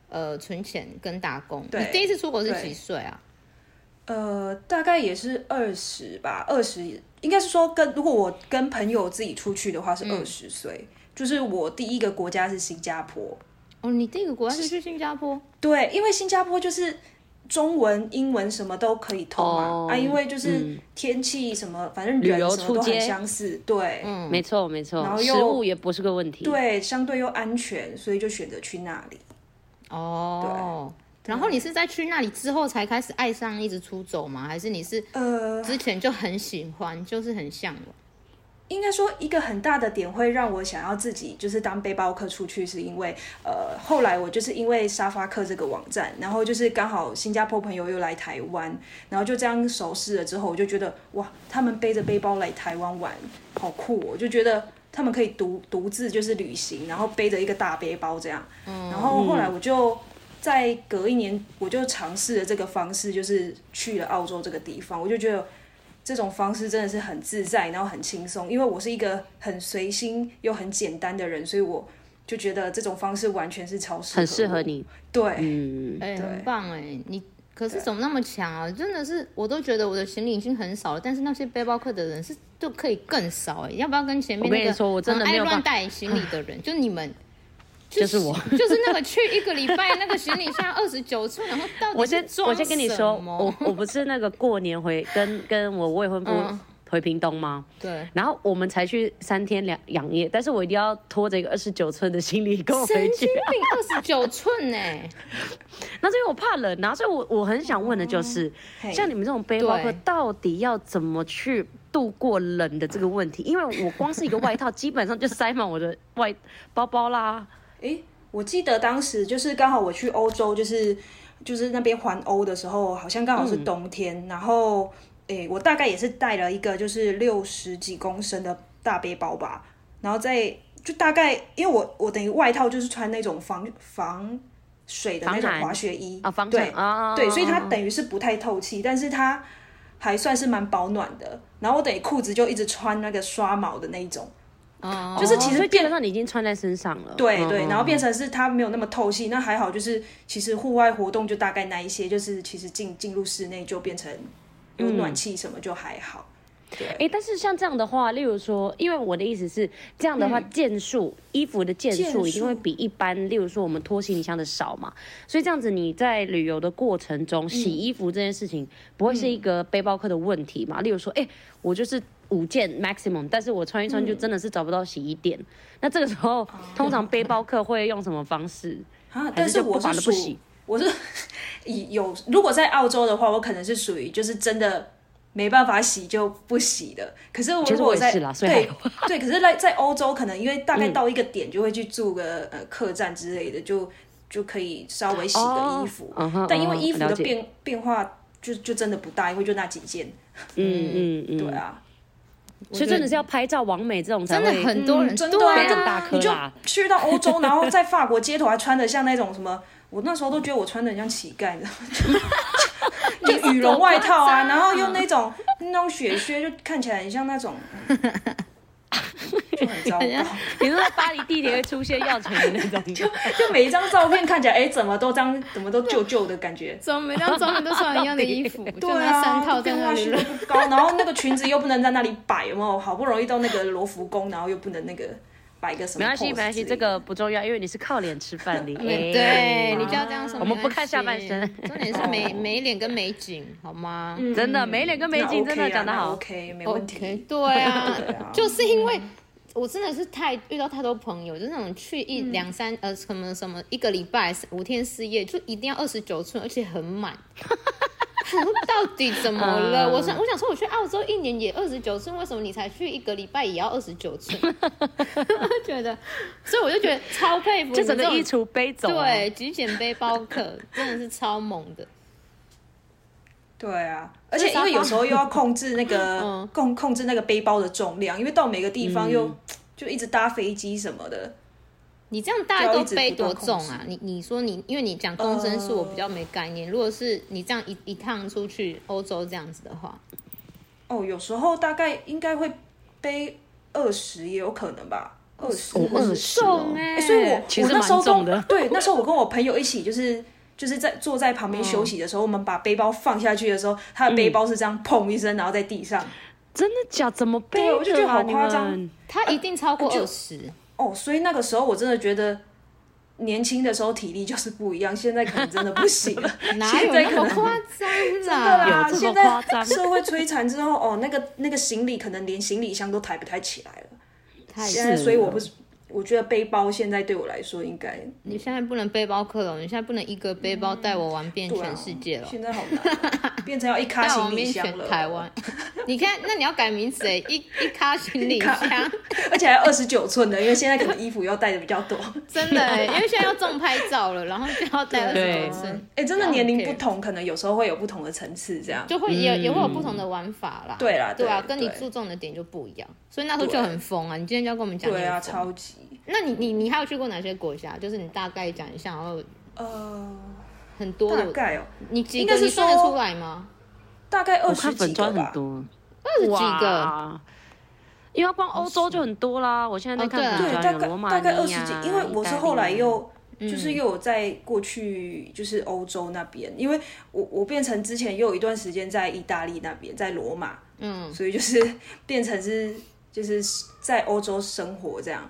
Speaker 2: 呃，存钱跟打工。
Speaker 3: 对
Speaker 2: 你第一次出国是
Speaker 3: 对
Speaker 2: 几岁啊？
Speaker 3: 呃，大概也是二十吧，二十应该是说跟如果我跟朋友自己出去的话是
Speaker 1: 嗯
Speaker 3: 二十岁，就是我第一个国家是新加坡。
Speaker 2: 哦，你第一个国家是去新加坡，
Speaker 3: 对，因为新加坡就是中文、英文什么都可以通嘛，
Speaker 1: 哦
Speaker 3: 啊，因为就是
Speaker 1: 嗯
Speaker 3: 天气什么，反正
Speaker 1: 旅
Speaker 3: 人
Speaker 1: 游
Speaker 3: 什么都
Speaker 1: 出
Speaker 3: 很
Speaker 1: 街
Speaker 3: 相似，对，
Speaker 2: 嗯，
Speaker 1: 没错没错
Speaker 3: 然，后又
Speaker 1: 食物也不是个问题。
Speaker 3: 对，相对又安全，所以就选择去那里。
Speaker 2: 哦。然后你是在去那里之后才开始爱上一直出走吗？还是你是
Speaker 3: 呃，
Speaker 2: 之前就很喜欢，就是很向往？
Speaker 3: 应该说一个很大的点会让我想要自己就是当背包客出去，是因为呃后来我就是因为沙发客这个网站，然后就是刚好新加坡朋友又来台湾，然后就这样熟识了之后，我就觉得哇，他们背着背包来台湾玩，好酷、哦！我就觉得他们可以独独自就是旅行，然后背着一个大背包这样，
Speaker 1: 嗯
Speaker 3: 然后后来我就。在隔一年，我就尝试了这个方式，就是去了澳洲这个地方，我就觉得这种方式真的是很自在，然后很轻松。因为我是一个很随心又很简单的人，所以我就觉得这种方式完全是超适合，
Speaker 1: 很适合。你。
Speaker 3: 对，
Speaker 1: 嗯，
Speaker 2: 哎、
Speaker 3: 对
Speaker 2: 很棒哎、你可是怎么那么强啊？真的是，我都觉得我的行李已经很少了，但是那些背包客的人是就可以更少哎、要不要跟前面
Speaker 1: 我跟
Speaker 2: 那
Speaker 1: 你
Speaker 2: 个
Speaker 1: 说我真的
Speaker 2: 很
Speaker 1: 没
Speaker 2: 爱
Speaker 1: 有办
Speaker 2: 乱带行李的人，就你
Speaker 1: (laughs)
Speaker 2: 们
Speaker 1: 就是我。
Speaker 2: (laughs) 就是那个去一个礼拜，那个行李箱二十九寸，然后到底
Speaker 1: 我
Speaker 2: 是
Speaker 1: 先
Speaker 2: 装
Speaker 1: 我先跟你说，
Speaker 2: 什么
Speaker 1: 我我不是那个过年回跟跟我未婚夫
Speaker 2: 嗯
Speaker 1: 回屏东吗？
Speaker 2: 对，
Speaker 1: 然后我们才去三天两两夜，但是我一定要拖着一个二十九寸的行李跟我
Speaker 2: 神
Speaker 1: 回去
Speaker 2: 经。病，二十九寸呢，
Speaker 1: (laughs)
Speaker 2: 哎
Speaker 1: 那是因为我怕冷啊，所以我我很想问的就是，
Speaker 3: 嗯嘿
Speaker 1: 像你们这种背包客
Speaker 2: 对
Speaker 1: 到底要怎么去度过冷的这个问题？因为我光是一个外套，基本上就塞满我的外包包啦。
Speaker 3: 诶，我记得当时就是刚好我去欧洲，就是就是那边环欧的时候，好像刚好是冬天，然后诶，我大概也是带了一个就是六十几公升的大背包吧，然后再就大概因为我我等于外套就是穿那种防防水的那种
Speaker 1: 防寒
Speaker 3: 滑雪衣
Speaker 1: 啊防
Speaker 3: 对
Speaker 1: 寒啊
Speaker 3: 对，所以它
Speaker 1: 啊啊
Speaker 3: 等于是不太透气，但是它还算是蛮保暖的。然后我等于裤子就一直穿那个刷毛的那一种。
Speaker 2: 哦，
Speaker 3: 就是其实
Speaker 1: 所以基
Speaker 3: 变
Speaker 1: 本上你已经穿在身上了。
Speaker 3: 对
Speaker 1: 嗯
Speaker 3: 对，
Speaker 1: 嗯
Speaker 3: 然后变成是它没有那么透气，那还好，就是其实户外活动就大概那一些，就是其实进进入室内就变成
Speaker 1: 嗯
Speaker 3: 有暖气什么就还好。
Speaker 1: 哎、但是像这样的话，例如说，因为我的意思是，这样的话，件数、衣服的件
Speaker 3: 嗯件数
Speaker 1: 数一定会比一般，例如说我们拖行李箱的少嘛，所以这样子你在旅游的过程中，
Speaker 3: 嗯
Speaker 1: 洗衣服这件事情不会是一个背包客的问题嘛？例如说，哎、我就是。五件 maximum，但是我穿一穿
Speaker 3: 嗯
Speaker 1: 就真的是找不到洗衣店。那这个时候，通常背包客会用什么方式？
Speaker 3: 啊，
Speaker 1: 还
Speaker 3: 哦但
Speaker 1: 是
Speaker 3: 是
Speaker 1: 就不
Speaker 3: 我
Speaker 1: 绑
Speaker 3: 是
Speaker 1: 了不
Speaker 3: 属
Speaker 1: 洗
Speaker 3: 我是 (laughs) 以有，如果在澳洲的话，我可能是属于就是真的。没办法洗就不洗的，可是我
Speaker 1: 其
Speaker 3: 如
Speaker 1: 实
Speaker 3: 果
Speaker 1: 我也
Speaker 3: 在
Speaker 1: 是啦所以还嗯
Speaker 3: 对对，可是在在欧洲可能因为大概到一个点就会去住个、呃客栈之类的，就就可以稍微洗个衣服，
Speaker 1: 哦嗯哼
Speaker 3: 但因为
Speaker 1: 嗯哼
Speaker 3: 衣服的
Speaker 1: 了解
Speaker 3: 变变化就就真的不大，因为就那几件，
Speaker 1: 嗯嗯嗯，
Speaker 3: 对啊，
Speaker 1: 所以真的是要拍照完美这种才
Speaker 2: 真
Speaker 1: 会
Speaker 2: 的很多人
Speaker 3: 嗯真的
Speaker 2: 对
Speaker 3: 啊
Speaker 1: 非常
Speaker 2: 啊
Speaker 1: 大
Speaker 3: 你
Speaker 1: 颗
Speaker 3: 就
Speaker 1: 啦。
Speaker 3: 去到欧洲，然后在法国街头还穿的像那种什么，我那时候都觉得我穿的很像乞丐，你
Speaker 1: (laughs)
Speaker 3: 知道吗？就就羽绒外套
Speaker 2: 多
Speaker 3: 啊，
Speaker 2: 夸张啊
Speaker 3: 然后用那种那种雪靴，就看起来很像
Speaker 1: (laughs)
Speaker 3: 那种，就很糟糕。
Speaker 1: (laughs) 你说在巴黎地铁会出现要钱的那
Speaker 2: (laughs)
Speaker 1: 种，
Speaker 3: 就每一张照片看起来，哎、怎么都脏，怎么都旧旧的感觉。
Speaker 2: 怎么每张照片都穿一样的衣 (laughs) 服，就
Speaker 3: 对
Speaker 2: 那
Speaker 3: 啊，
Speaker 2: 三套在
Speaker 3: 变
Speaker 2: 那
Speaker 3: 化
Speaker 2: 里
Speaker 3: 性都
Speaker 2: 了。
Speaker 3: 不
Speaker 2: (laughs)
Speaker 3: 高，然后那个裙子又不能在那里摆，有没有？好不容易到那个罗浮宫，然后又不能那个摆个什么
Speaker 1: 没关
Speaker 3: pose 之
Speaker 1: 系，
Speaker 3: 类的？
Speaker 1: 没关系，这个不重要，因为你是靠脸吃饭的。哎
Speaker 2: 嗯对，你就要这样说。
Speaker 1: 我们
Speaker 2: 没
Speaker 1: 不
Speaker 2: 关
Speaker 1: 看下
Speaker 2: 系
Speaker 1: 半身
Speaker 2: 重点是
Speaker 1: (laughs)
Speaker 2: 美美脸跟美景，好吗？嗯，
Speaker 1: 真的没脸跟没
Speaker 3: 那
Speaker 1: 劲，
Speaker 3: OK 啊
Speaker 1: 真的讲得
Speaker 3: 那
Speaker 1: 好。
Speaker 3: ，OK，没问
Speaker 2: OK，
Speaker 3: 题。
Speaker 2: 对
Speaker 1: (laughs)
Speaker 2: 啊，
Speaker 3: 对啊
Speaker 2: 就是因为
Speaker 1: 嗯
Speaker 2: 我真的是太遇到太多朋友，就那种去一
Speaker 1: 嗯
Speaker 2: 两三呃什么什么一个礼拜五天四夜，就一定要二十九寸，而且很
Speaker 1: (laughs)
Speaker 2: 满。我说到底怎么了？
Speaker 1: 嗯
Speaker 2: 我想我想说，我去澳洲一年也二十九寸，为什么你才去一个礼拜也要二十九寸？ (laughs) 我觉得，所以我就觉得超佩服你
Speaker 1: 就
Speaker 2: 们
Speaker 1: 整个
Speaker 2: 这种
Speaker 1: 衣橱背走啊，
Speaker 2: 对极简背包客，真的是超猛的。
Speaker 3: 对啊，而且因为有时候又要控制
Speaker 2: (laughs)
Speaker 3: 那个
Speaker 2: 嗯
Speaker 3: 控控制那个背包的重量，因为到每个地方又、就一直搭飞机什么的。
Speaker 2: 你这样大概都背多
Speaker 3: 就要
Speaker 2: 重
Speaker 3: 一直不断
Speaker 2: 啊？你你说你，因为你讲公升数，我比较
Speaker 3: 呃
Speaker 2: 没概念。如果是你这样一一趟出去欧洲这样子的话，
Speaker 3: 哦，有时候大概应该会背二十也有可能吧，二十、
Speaker 1: 哦
Speaker 3: 或是
Speaker 1: 20哦
Speaker 3: 欸所以我
Speaker 1: 其
Speaker 3: 我
Speaker 1: 实
Speaker 3: 那
Speaker 1: 蛮
Speaker 3: 时候
Speaker 1: 重
Speaker 3: 跟
Speaker 1: 的
Speaker 3: 对那时候我跟我朋友一起就是。就是在坐在旁
Speaker 1: 嗯
Speaker 3: 边休息的时候，我们把背包放下去的时候，他的背包是这样砰一声，然后在地上。
Speaker 1: 真的假？怎么背
Speaker 3: 对我就觉
Speaker 1: 的
Speaker 3: 得
Speaker 1: 啊？
Speaker 3: 好
Speaker 1: 你
Speaker 3: 夸张
Speaker 1: 们
Speaker 2: 它一定超过
Speaker 3: 就
Speaker 2: 二十。。
Speaker 3: 哦，所以那个时候我真的觉得，年轻的时候体力就是不一样，现在可能真的不行了
Speaker 2: 哪有
Speaker 3: 现在
Speaker 2: 那
Speaker 3: 可
Speaker 2: 么
Speaker 3: 能
Speaker 2: 夸张
Speaker 3: 真的
Speaker 2: 啦？
Speaker 1: (laughs)
Speaker 3: 啦，
Speaker 1: 有这
Speaker 3: 现
Speaker 1: 么
Speaker 3: 在
Speaker 1: 夸张
Speaker 3: (laughs) 社会摧残之后，哦，那个那个行李可能连行李箱都抬不太起来了。
Speaker 2: 太
Speaker 3: 现在，
Speaker 1: 是哦
Speaker 3: 所以我不是，我觉得背包现在对我来说应该
Speaker 2: 你现在不能背包客了，你现在不能一个背包带我玩遍
Speaker 3: 对啊
Speaker 2: 全世界了，
Speaker 3: 现在好难，啊
Speaker 1: (laughs)
Speaker 3: 变成要一咖
Speaker 2: 带我
Speaker 3: 行
Speaker 2: 玩
Speaker 3: 李
Speaker 2: 遍
Speaker 3: 箱
Speaker 2: 全
Speaker 3: 了。
Speaker 2: 台
Speaker 3: (laughs)
Speaker 2: 湾。你看，那你要改名字哎，一一咖行李
Speaker 3: 咖
Speaker 2: 箱，
Speaker 3: 而且还二十九寸的，因为现在可能衣服要带的比较多。
Speaker 2: 真的哎，因为现在要重拍照了，然后就要带二十
Speaker 1: 对
Speaker 2: 九寸。
Speaker 3: 哎、真的
Speaker 2: 了解
Speaker 3: 年龄不同，可能有时候会有不同的层次，这样。
Speaker 2: 就会也、也会有不同的玩法啦。
Speaker 3: 嗯对啦
Speaker 2: 对啊，
Speaker 3: 对
Speaker 2: 跟你
Speaker 3: 对
Speaker 2: 注重的点就不一样，所以那时候就很疯啊。你今天就要跟我们讲，
Speaker 3: 对啊，
Speaker 2: 你很疯
Speaker 3: 超级。
Speaker 2: 那你你你还有去过哪些国家？就是你大概讲一下，然后
Speaker 3: 呃，
Speaker 2: 很多
Speaker 3: 大
Speaker 2: 的，
Speaker 3: 概哦，
Speaker 2: 你几
Speaker 3: 应
Speaker 2: 个
Speaker 3: 该是
Speaker 2: 你算得
Speaker 3: 说
Speaker 2: 出来吗？
Speaker 3: 大概二
Speaker 1: 我
Speaker 3: 十
Speaker 1: 看粉
Speaker 3: 几
Speaker 1: 砖
Speaker 3: 个
Speaker 1: 很
Speaker 3: 吧。
Speaker 1: 多，
Speaker 2: 二十几个，
Speaker 1: 哇。因为光欧洲就很多啦，我现在在
Speaker 2: 哦对
Speaker 1: 看
Speaker 2: 啊
Speaker 1: 粉
Speaker 3: 对，
Speaker 1: 砖，
Speaker 3: 大
Speaker 1: 有
Speaker 3: 概
Speaker 1: 罗马
Speaker 3: 大
Speaker 1: 尼亚
Speaker 3: 概二十几，因为我
Speaker 1: 意大
Speaker 3: 是
Speaker 1: 利嗯
Speaker 3: 后来又就是又有在过去就是欧洲那边，因为我我变成之前又有一段时间在意大利那边，在罗马，
Speaker 2: 嗯，
Speaker 3: (laughs) 所以就是变成是就是在欧洲生活这样。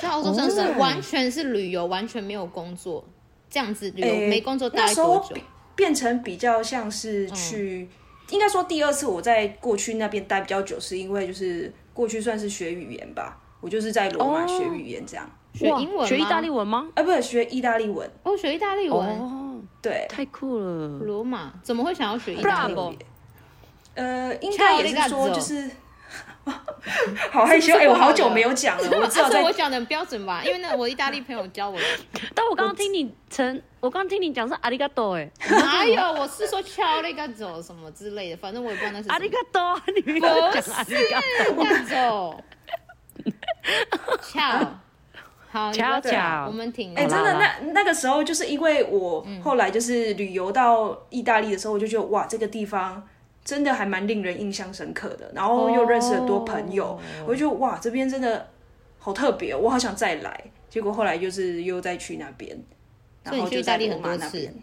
Speaker 2: 在澳洲真的
Speaker 1: 哦
Speaker 2: 是完全是旅游，完全没有工作，这样子旅游、
Speaker 3: 诶
Speaker 2: 没工作
Speaker 3: 那
Speaker 2: 待
Speaker 3: 时候
Speaker 2: 多
Speaker 3: 我
Speaker 2: 久
Speaker 3: 比？变成比较像是去，应该说第二次我在过去那边待比较久，是因为就是过去算是学语言吧，我就是在罗马
Speaker 1: 哦
Speaker 3: 学语言这样，
Speaker 2: 学英文吗？
Speaker 1: 学意大利文吗？
Speaker 3: 啊，不是学意大利文，
Speaker 2: 哦，学意大利文，
Speaker 1: 哦，
Speaker 3: 对，
Speaker 1: 太酷了！
Speaker 2: 罗、马怎么会想要学意大利文？
Speaker 1: Bravo！
Speaker 3: 呃，应该也是说
Speaker 2: Ciao,
Speaker 3: 就是 (laughs) 好害羞，哎、我好久没有讲了，我
Speaker 2: 啊
Speaker 3: (laughs)
Speaker 2: (laughs)
Speaker 3: 知道
Speaker 2: 是
Speaker 3: 在
Speaker 2: 我讲的很标准吧？因为那我意大利朋友教
Speaker 3: (laughs)
Speaker 2: 我的。
Speaker 1: 但我刚刚听你成，我刚刚听你讲是阿里嘎多哎，
Speaker 2: 哪有？我是说敲那个走什么之类的，反正我也不知道那是
Speaker 3: 啊
Speaker 1: 阿
Speaker 2: 什
Speaker 1: 里
Speaker 2: 么。
Speaker 1: 嘎多，你没有
Speaker 2: 不
Speaker 1: 讲
Speaker 2: 是
Speaker 1: 阿里嘎多。
Speaker 2: 那走，敲，好，你不
Speaker 1: 敲
Speaker 2: 要讲
Speaker 1: 敲
Speaker 2: 我们停了。
Speaker 3: 哎、真
Speaker 1: 好
Speaker 3: 的，
Speaker 1: 啦
Speaker 3: 那那个时候就是因为我
Speaker 2: 嗯
Speaker 3: 后来就是旅游到意大利的时候，我就觉得哇，这个地方真的还蛮令人印象深刻的。然后又认识很多朋友，
Speaker 2: 哦
Speaker 3: 我就觉得哇，这边真的好特别哦，我好想再来。结果后来就是又再去那边，然
Speaker 2: 所以
Speaker 3: 后
Speaker 2: 你去
Speaker 3: 就
Speaker 2: 意大
Speaker 3: 在
Speaker 2: 利
Speaker 3: 罗
Speaker 2: 很
Speaker 3: 马
Speaker 2: 多
Speaker 3: 那
Speaker 2: 次
Speaker 3: 边。，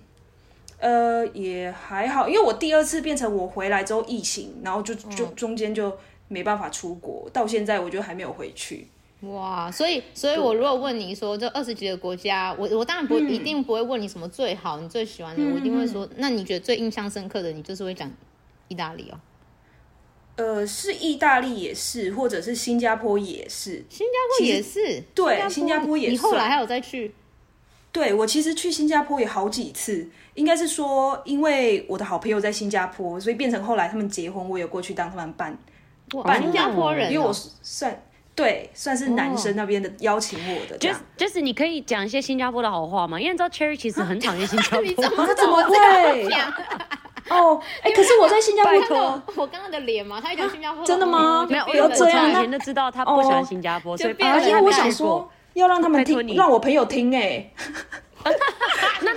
Speaker 3: 呃，也还好，因为我第二次变成我回来之后疫情，然后就
Speaker 2: 嗯
Speaker 3: 就中间就没办法出国，到现在我就还没有回去。
Speaker 2: 哇！所以，所以我如果问你说这二十几个国家，我我当然不、
Speaker 3: 嗯
Speaker 2: 一定不会问你什么最好，你最喜欢的，我一定会说，那你觉得最印象深刻的，你就是会讲意大利哦。
Speaker 3: 呃，是意大利也是，或者是新加坡也是。
Speaker 2: 新加坡也是，
Speaker 3: 对新加坡也
Speaker 2: 你后
Speaker 3: 算
Speaker 2: 来还有再去
Speaker 3: 对我其实去新加坡也好几次，应该是说，因为我的好朋友在新加坡，所以变成后来他们结婚，我也过去当他们伴，
Speaker 2: 哇，
Speaker 3: 半
Speaker 2: 新加坡人、哦，
Speaker 3: 因为我算对算
Speaker 1: 哦
Speaker 3: 是男生那边的邀请我的这样。
Speaker 1: 就是你可以讲一些新加坡的好话吗？因为你知道 Cherry 其实很讨厌新
Speaker 3: (laughs)
Speaker 1: 加
Speaker 2: 你
Speaker 1: 坡
Speaker 2: 怎，么
Speaker 3: 啊怎么
Speaker 2: 会
Speaker 3: 会
Speaker 2: 讲？
Speaker 3: (laughs) 哦，哎、可是我在新加
Speaker 1: 拜
Speaker 3: 坡啊
Speaker 1: 托
Speaker 2: (laughs) 我刚刚的脸吗？他一讲新加坡，
Speaker 3: (laughs) 真的吗
Speaker 2: 我就
Speaker 1: 没有，
Speaker 2: 变
Speaker 1: 因为我
Speaker 2: 得
Speaker 3: 这
Speaker 1: 从
Speaker 3: 样啊
Speaker 1: 以
Speaker 3: 那
Speaker 1: 前就知道他不喜欢新加坡，所以
Speaker 2: 就变得
Speaker 1: 而
Speaker 3: 啊，
Speaker 1: 且
Speaker 3: 因为
Speaker 2: 很
Speaker 3: 我
Speaker 2: 难
Speaker 3: 想说，要让他们
Speaker 1: 拜托你
Speaker 3: 听，让我朋友听、哎，
Speaker 1: 那那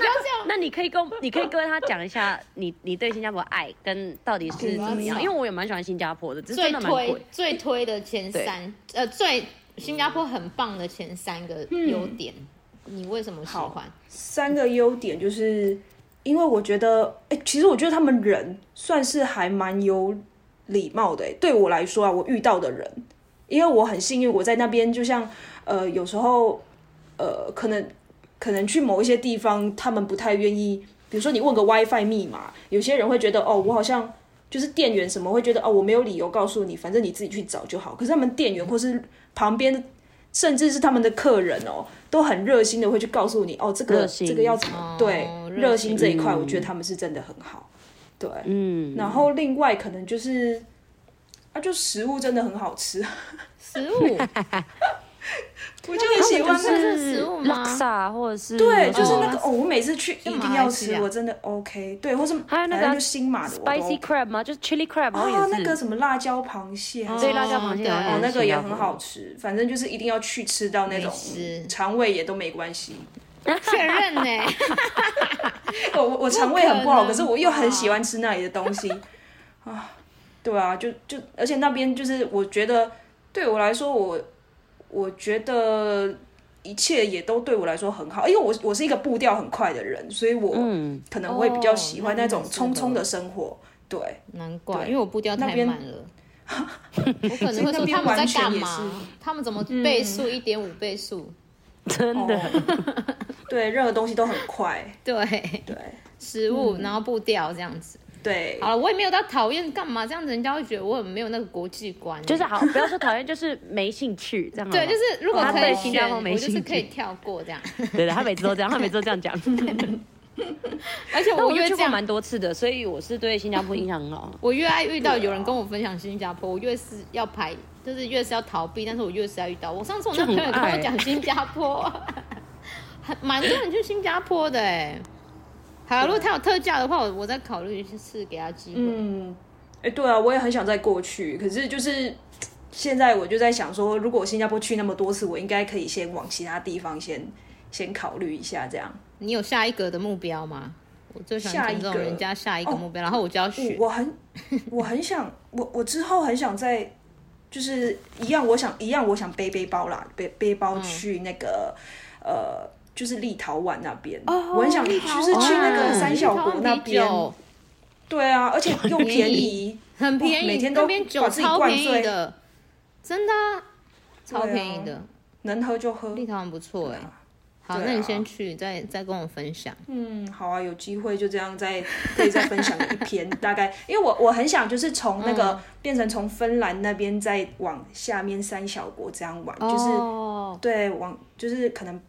Speaker 1: 那你可以跟我你可以跟他讲一下你你对新加坡爱跟到底是怎么样，
Speaker 2: 嗯
Speaker 1: 因为我也蛮喜欢新加坡的，只是
Speaker 2: 最
Speaker 1: 真的蛮贵
Speaker 2: 推。最推的前三，呃，最新加坡很棒的前三个优点，你为什么喜欢？
Speaker 3: 三个优点就是，因为我觉得，哎、其实我觉得他们人算是还蛮有礼貌的、哎对我来说啊，我遇到的人，因为我很幸运，我在那边就像呃，有时候呃，可能可能去某一些地方，他们不太愿意，比如说你问个 WiFi 密码，有些人会觉得哦，我好像。就是店员什么会觉得哦，我没有理由告诉你，反正你自己去找就好。可是他们店员或是旁边，甚至是他们的客人哦，都很热心的会去告诉你哦，这
Speaker 1: 热
Speaker 3: 个
Speaker 1: 心
Speaker 3: 这个要怎么、
Speaker 2: 哦
Speaker 3: 对
Speaker 2: 热
Speaker 3: 热
Speaker 2: 心
Speaker 3: 心这一块，
Speaker 1: 嗯
Speaker 3: 我觉得他们是真的很好。对，
Speaker 1: 嗯，
Speaker 3: 然后另外可能就是啊，就食物真的很好吃，
Speaker 1: (laughs)
Speaker 2: 食物，
Speaker 3: 我就很喜欢
Speaker 1: 就
Speaker 3: 那个。
Speaker 1: 是哦
Speaker 2: 食物吗
Speaker 1: 拉萨或者是
Speaker 3: 对，就是
Speaker 2: 哦
Speaker 3: 那个哦，我每次去一定要
Speaker 2: 就马来西
Speaker 3: 吃，
Speaker 2: 亚
Speaker 3: 我真的 OK。对，或是
Speaker 1: 还有那个啊
Speaker 3: 反正就新马的我都
Speaker 1: spicy crab 吗？就是 chili crab，好
Speaker 3: 啊，
Speaker 1: 像也
Speaker 3: 那
Speaker 1: 是
Speaker 3: 个什么辣椒螃蟹还是
Speaker 1: 对辣椒螃蟹好像
Speaker 3: 哦
Speaker 1: 也，
Speaker 3: 那
Speaker 1: 是
Speaker 3: 个也
Speaker 1: 新加
Speaker 3: 很
Speaker 1: 坡
Speaker 3: 好吃，反正就是一定要去吃到那种
Speaker 2: 美食
Speaker 3: 肠胃也都没关系。
Speaker 2: (laughs) 确认呢？
Speaker 3: 我 (laughs) 我我肠胃很不好，
Speaker 2: 不可能吧啊
Speaker 3: 可是我又很喜欢吃那里的东
Speaker 2: (laughs)
Speaker 3: 西啊。对啊，就就而且那边就是我觉得对我来说，我我觉得一切也都对我来说很好，因为我我是一个步调很快的人，所以我可能会比较喜
Speaker 2: 嗯
Speaker 3: 欢
Speaker 2: 哦那
Speaker 3: 那
Speaker 2: 你很
Speaker 3: 种匆
Speaker 2: 适合
Speaker 3: 匆的生活。对，
Speaker 2: 难怪，
Speaker 3: 对
Speaker 2: 因为我步调太慢了。 (laughs) 我可能会说
Speaker 3: 那
Speaker 2: 他
Speaker 3: 边
Speaker 2: 们在
Speaker 3: 完
Speaker 2: 干
Speaker 3: 全也是
Speaker 2: 嘛？他们怎么倍速一点五倍速？
Speaker 1: (laughs) 真的。
Speaker 3: 哦对，任何东西都很快。
Speaker 2: 对，
Speaker 3: 对
Speaker 2: 食物，然后步调这样子。
Speaker 3: 对，
Speaker 2: 好了，我也没有到讨厌干嘛，这样子人家会觉得我很没有那个国际观。
Speaker 1: 就是好，不要说讨厌，就是没兴趣这样好啊吗。
Speaker 3: 哦
Speaker 2: 对，就是如果
Speaker 1: 他
Speaker 2: 可以
Speaker 1: 对新加
Speaker 2: 选，
Speaker 1: 坡
Speaker 2: 我
Speaker 1: 没
Speaker 2: 就是
Speaker 1: 兴
Speaker 2: 可以
Speaker 1: 趣。
Speaker 2: 跳过
Speaker 3: (laughs)
Speaker 2: 这样。
Speaker 1: 对对，他每次都这样，他每次都这样讲。
Speaker 2: 而且
Speaker 1: 但
Speaker 2: 我
Speaker 1: 我
Speaker 2: 越
Speaker 1: 就
Speaker 2: 这
Speaker 1: 去过
Speaker 2: 样，
Speaker 1: 蛮多次的，所以我是对新加坡印象很好。
Speaker 2: 我越爱遇
Speaker 3: 啊
Speaker 2: 到有人跟我分享新加坡，我越是要排，就是越是要逃避，但是我越是要遇到。我上次我
Speaker 1: 就
Speaker 2: 那朋
Speaker 1: 很
Speaker 2: 友也跟我
Speaker 1: 爱
Speaker 2: 讲新加
Speaker 3: (laughs)
Speaker 2: 坡，很蛮多人去新加坡的哎。好，
Speaker 3: 啊
Speaker 2: 如果他有特价的话，我我再考虑一次给他机会。
Speaker 3: 哎，对啊，我也很想再过去，可是就是现在我就在想说，如果我新加坡去那么多次，我应该可以先往其他地方先先考虑一下，这样。
Speaker 2: 你有下一个的目标吗？我最喜欢听这
Speaker 3: 下
Speaker 2: 种
Speaker 3: 一个哦
Speaker 2: 人家下一个目标，然后我就要
Speaker 3: 我
Speaker 2: 选。
Speaker 3: 我很我很想，我我之后很想再就是一样，我想一样，我想背背包啦，背背
Speaker 2: 嗯
Speaker 3: 包去那个、呃，就是立陶宛那边，
Speaker 2: 哦
Speaker 3: 我很想就是去那
Speaker 1: 哦
Speaker 3: 个三小国那边。
Speaker 2: 立陶宛啤酒
Speaker 3: 对啊，而且又
Speaker 2: 便
Speaker 3: 便
Speaker 2: 宜
Speaker 3: 宜，
Speaker 2: 很便宜，
Speaker 3: 哇每天
Speaker 2: 那
Speaker 3: 都
Speaker 2: 边酒
Speaker 3: 把自己
Speaker 2: 超
Speaker 3: 灌
Speaker 2: 便宜
Speaker 3: 醉。
Speaker 2: 的，真的啊、超便宜的。
Speaker 3: 能喝就喝。
Speaker 2: 立陶宛不错哎、好，
Speaker 3: 对啊
Speaker 2: 那你先去，再再跟我分享。
Speaker 3: 嗯，好啊，有机会就这样再可以再分享一篇，大概因为我我很想就是从那
Speaker 2: 嗯
Speaker 3: 个、变成从芬兰那边再往下面三小国这样玩，嗯就是
Speaker 2: 哦，
Speaker 3: 对往就是可能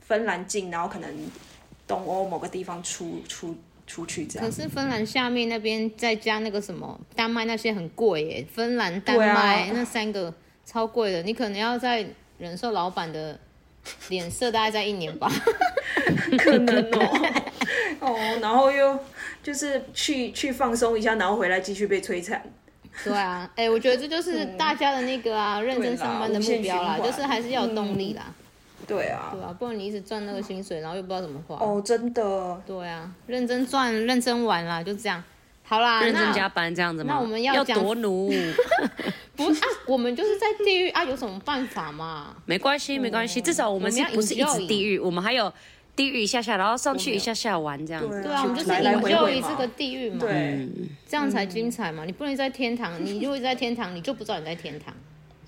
Speaker 3: 芬兰进，然后可能东欧某个地方出出出去
Speaker 2: (laughs)
Speaker 3: 这
Speaker 2: 可
Speaker 3: 样。
Speaker 2: 是芬兰下面那边再加那个什么丹麦那些很贵耶，芬兰、丹
Speaker 3: 对啊
Speaker 2: 麦、那三个超贵的，你可能要再忍受老板的脸色，大概在一年吧。 (laughs)
Speaker 3: 可能哦， (laughs) 哦，然后又就是去去放松一下，然后回来继续被摧残。
Speaker 2: 对啊，哎、我觉得这就是大家的那个啊，认真上班的目标啦，
Speaker 3: 无限循环
Speaker 2: 就是还是要有动力啦，
Speaker 3: 对啊
Speaker 2: 对，啊，不然你一直赚那个薪水，然后又不知道怎么花。
Speaker 3: 哦，真的，
Speaker 2: 对啊，认真赚，认真玩啦，就这样。好
Speaker 1: (laughs)
Speaker 2: 啦，
Speaker 1: 认真
Speaker 2: 啊那
Speaker 1: 加班这样子吗？
Speaker 2: 那我们要
Speaker 1: 要
Speaker 2: 讲
Speaker 1: 夺奴， (laughs)
Speaker 2: 不啊，我们就是在地狱啊，有什么办法嘛？
Speaker 1: 没关系，没关系，至少我们
Speaker 2: 我们
Speaker 1: 是
Speaker 2: 要
Speaker 1: 不是一直
Speaker 2: enjoy
Speaker 1: 地狱？我们还有地狱一下下，然后上去一下下玩这样子。
Speaker 3: 对
Speaker 2: 对啊，我们就是
Speaker 3: 来来回回
Speaker 2: enjoy
Speaker 3: 嘛嗯
Speaker 2: 这个地狱嘛，
Speaker 3: 对，
Speaker 2: 这样才精彩嘛。你不能在天堂，你如果在天堂，你就不知道你在天堂，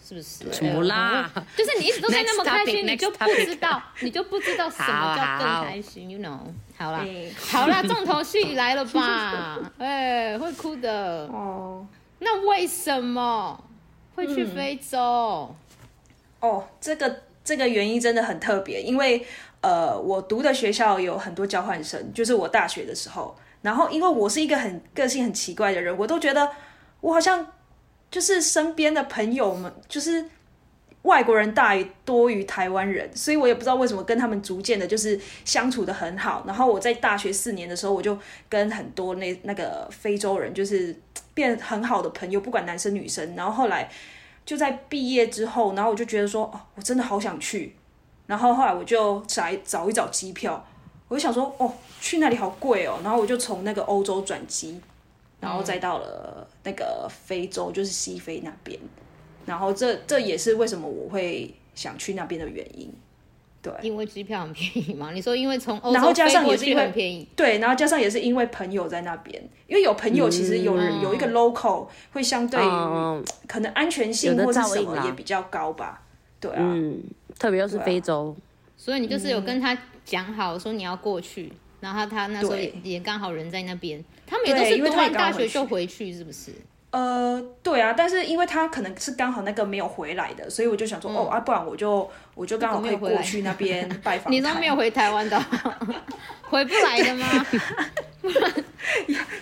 Speaker 2: 是不是？啊
Speaker 1: 什么啦？
Speaker 2: 就是你一直都在那么开
Speaker 1: Next
Speaker 2: 心，
Speaker 1: topic,
Speaker 2: 你就
Speaker 1: next
Speaker 2: 不
Speaker 1: (laughs)
Speaker 2: 知道，你就不知道什么叫更开心，you know？好啦，
Speaker 3: 嗯
Speaker 2: 好啦，重头戏来了
Speaker 3: (laughs)
Speaker 2: 吧？哎，会哭的。
Speaker 3: 哦。嗯
Speaker 2: 那为什么会去非洲？
Speaker 3: 哦，这个这个原因真的很特别，因为呃，我读的学校有很多交换生，就是我大学的时候，然后因为我是一个很个性很奇怪的人，我都觉得我好像就是身边的朋友们就是。外国人大于多于台湾人，所以我也不知道为什么跟他们逐渐的，就是相处的很好。然后我在大学四年的时候，我就跟很多那那个非洲人，就是变很好的朋友，不管男生女生。然后后来就在毕业之后，然后我就觉得说，哦，我真的好想去。然后后来我就来找一找机票，哦我就想说，哦，去那里好贵哦。然后我就从那个欧洲转机，然后再到了那个非洲，就是西非那边。然后这这也是为什么我会想去那边的原因。
Speaker 2: 因为机票很便宜嘛？你说因为从欧
Speaker 3: 然后
Speaker 2: 洲
Speaker 3: 加上
Speaker 2: 飞过
Speaker 3: 也是
Speaker 2: 去
Speaker 3: 因为
Speaker 2: 很便宜，
Speaker 3: 对，然后加上也是因为朋友在那边，因为有朋友，其实有人、
Speaker 2: 嗯
Speaker 3: 有一个 local 会相对于
Speaker 2: 哦
Speaker 1: 嗯
Speaker 3: 可能安全性
Speaker 1: 有的
Speaker 3: 或是
Speaker 1: 噪
Speaker 3: 什
Speaker 1: 音
Speaker 3: 么
Speaker 1: 啦
Speaker 3: 也比较高吧。对啊，
Speaker 1: 嗯，特别又是
Speaker 3: 对啊
Speaker 1: 非洲，
Speaker 2: 所以你就是
Speaker 3: 嗯
Speaker 2: 有跟他讲好说你要过去，然后他那时候也
Speaker 3: 对
Speaker 2: 也刚好人在那边，他们也都
Speaker 3: 对
Speaker 2: 是读
Speaker 3: 因为他也
Speaker 2: 完大
Speaker 3: 刚好回
Speaker 2: 学
Speaker 3: 去
Speaker 2: 就回去，是不是？
Speaker 3: 呃，对啊，但是因为他可能是刚好那个没有回来的，所以我就想说，哦啊，不然我就我就刚好
Speaker 2: 嗯那个
Speaker 3: 可
Speaker 2: 没
Speaker 3: 以
Speaker 2: 有回
Speaker 3: 过
Speaker 2: 来
Speaker 3: 去那边
Speaker 2: (laughs)
Speaker 3: 拜访他。
Speaker 2: 你都没有回台湾的哦，回不来的吗？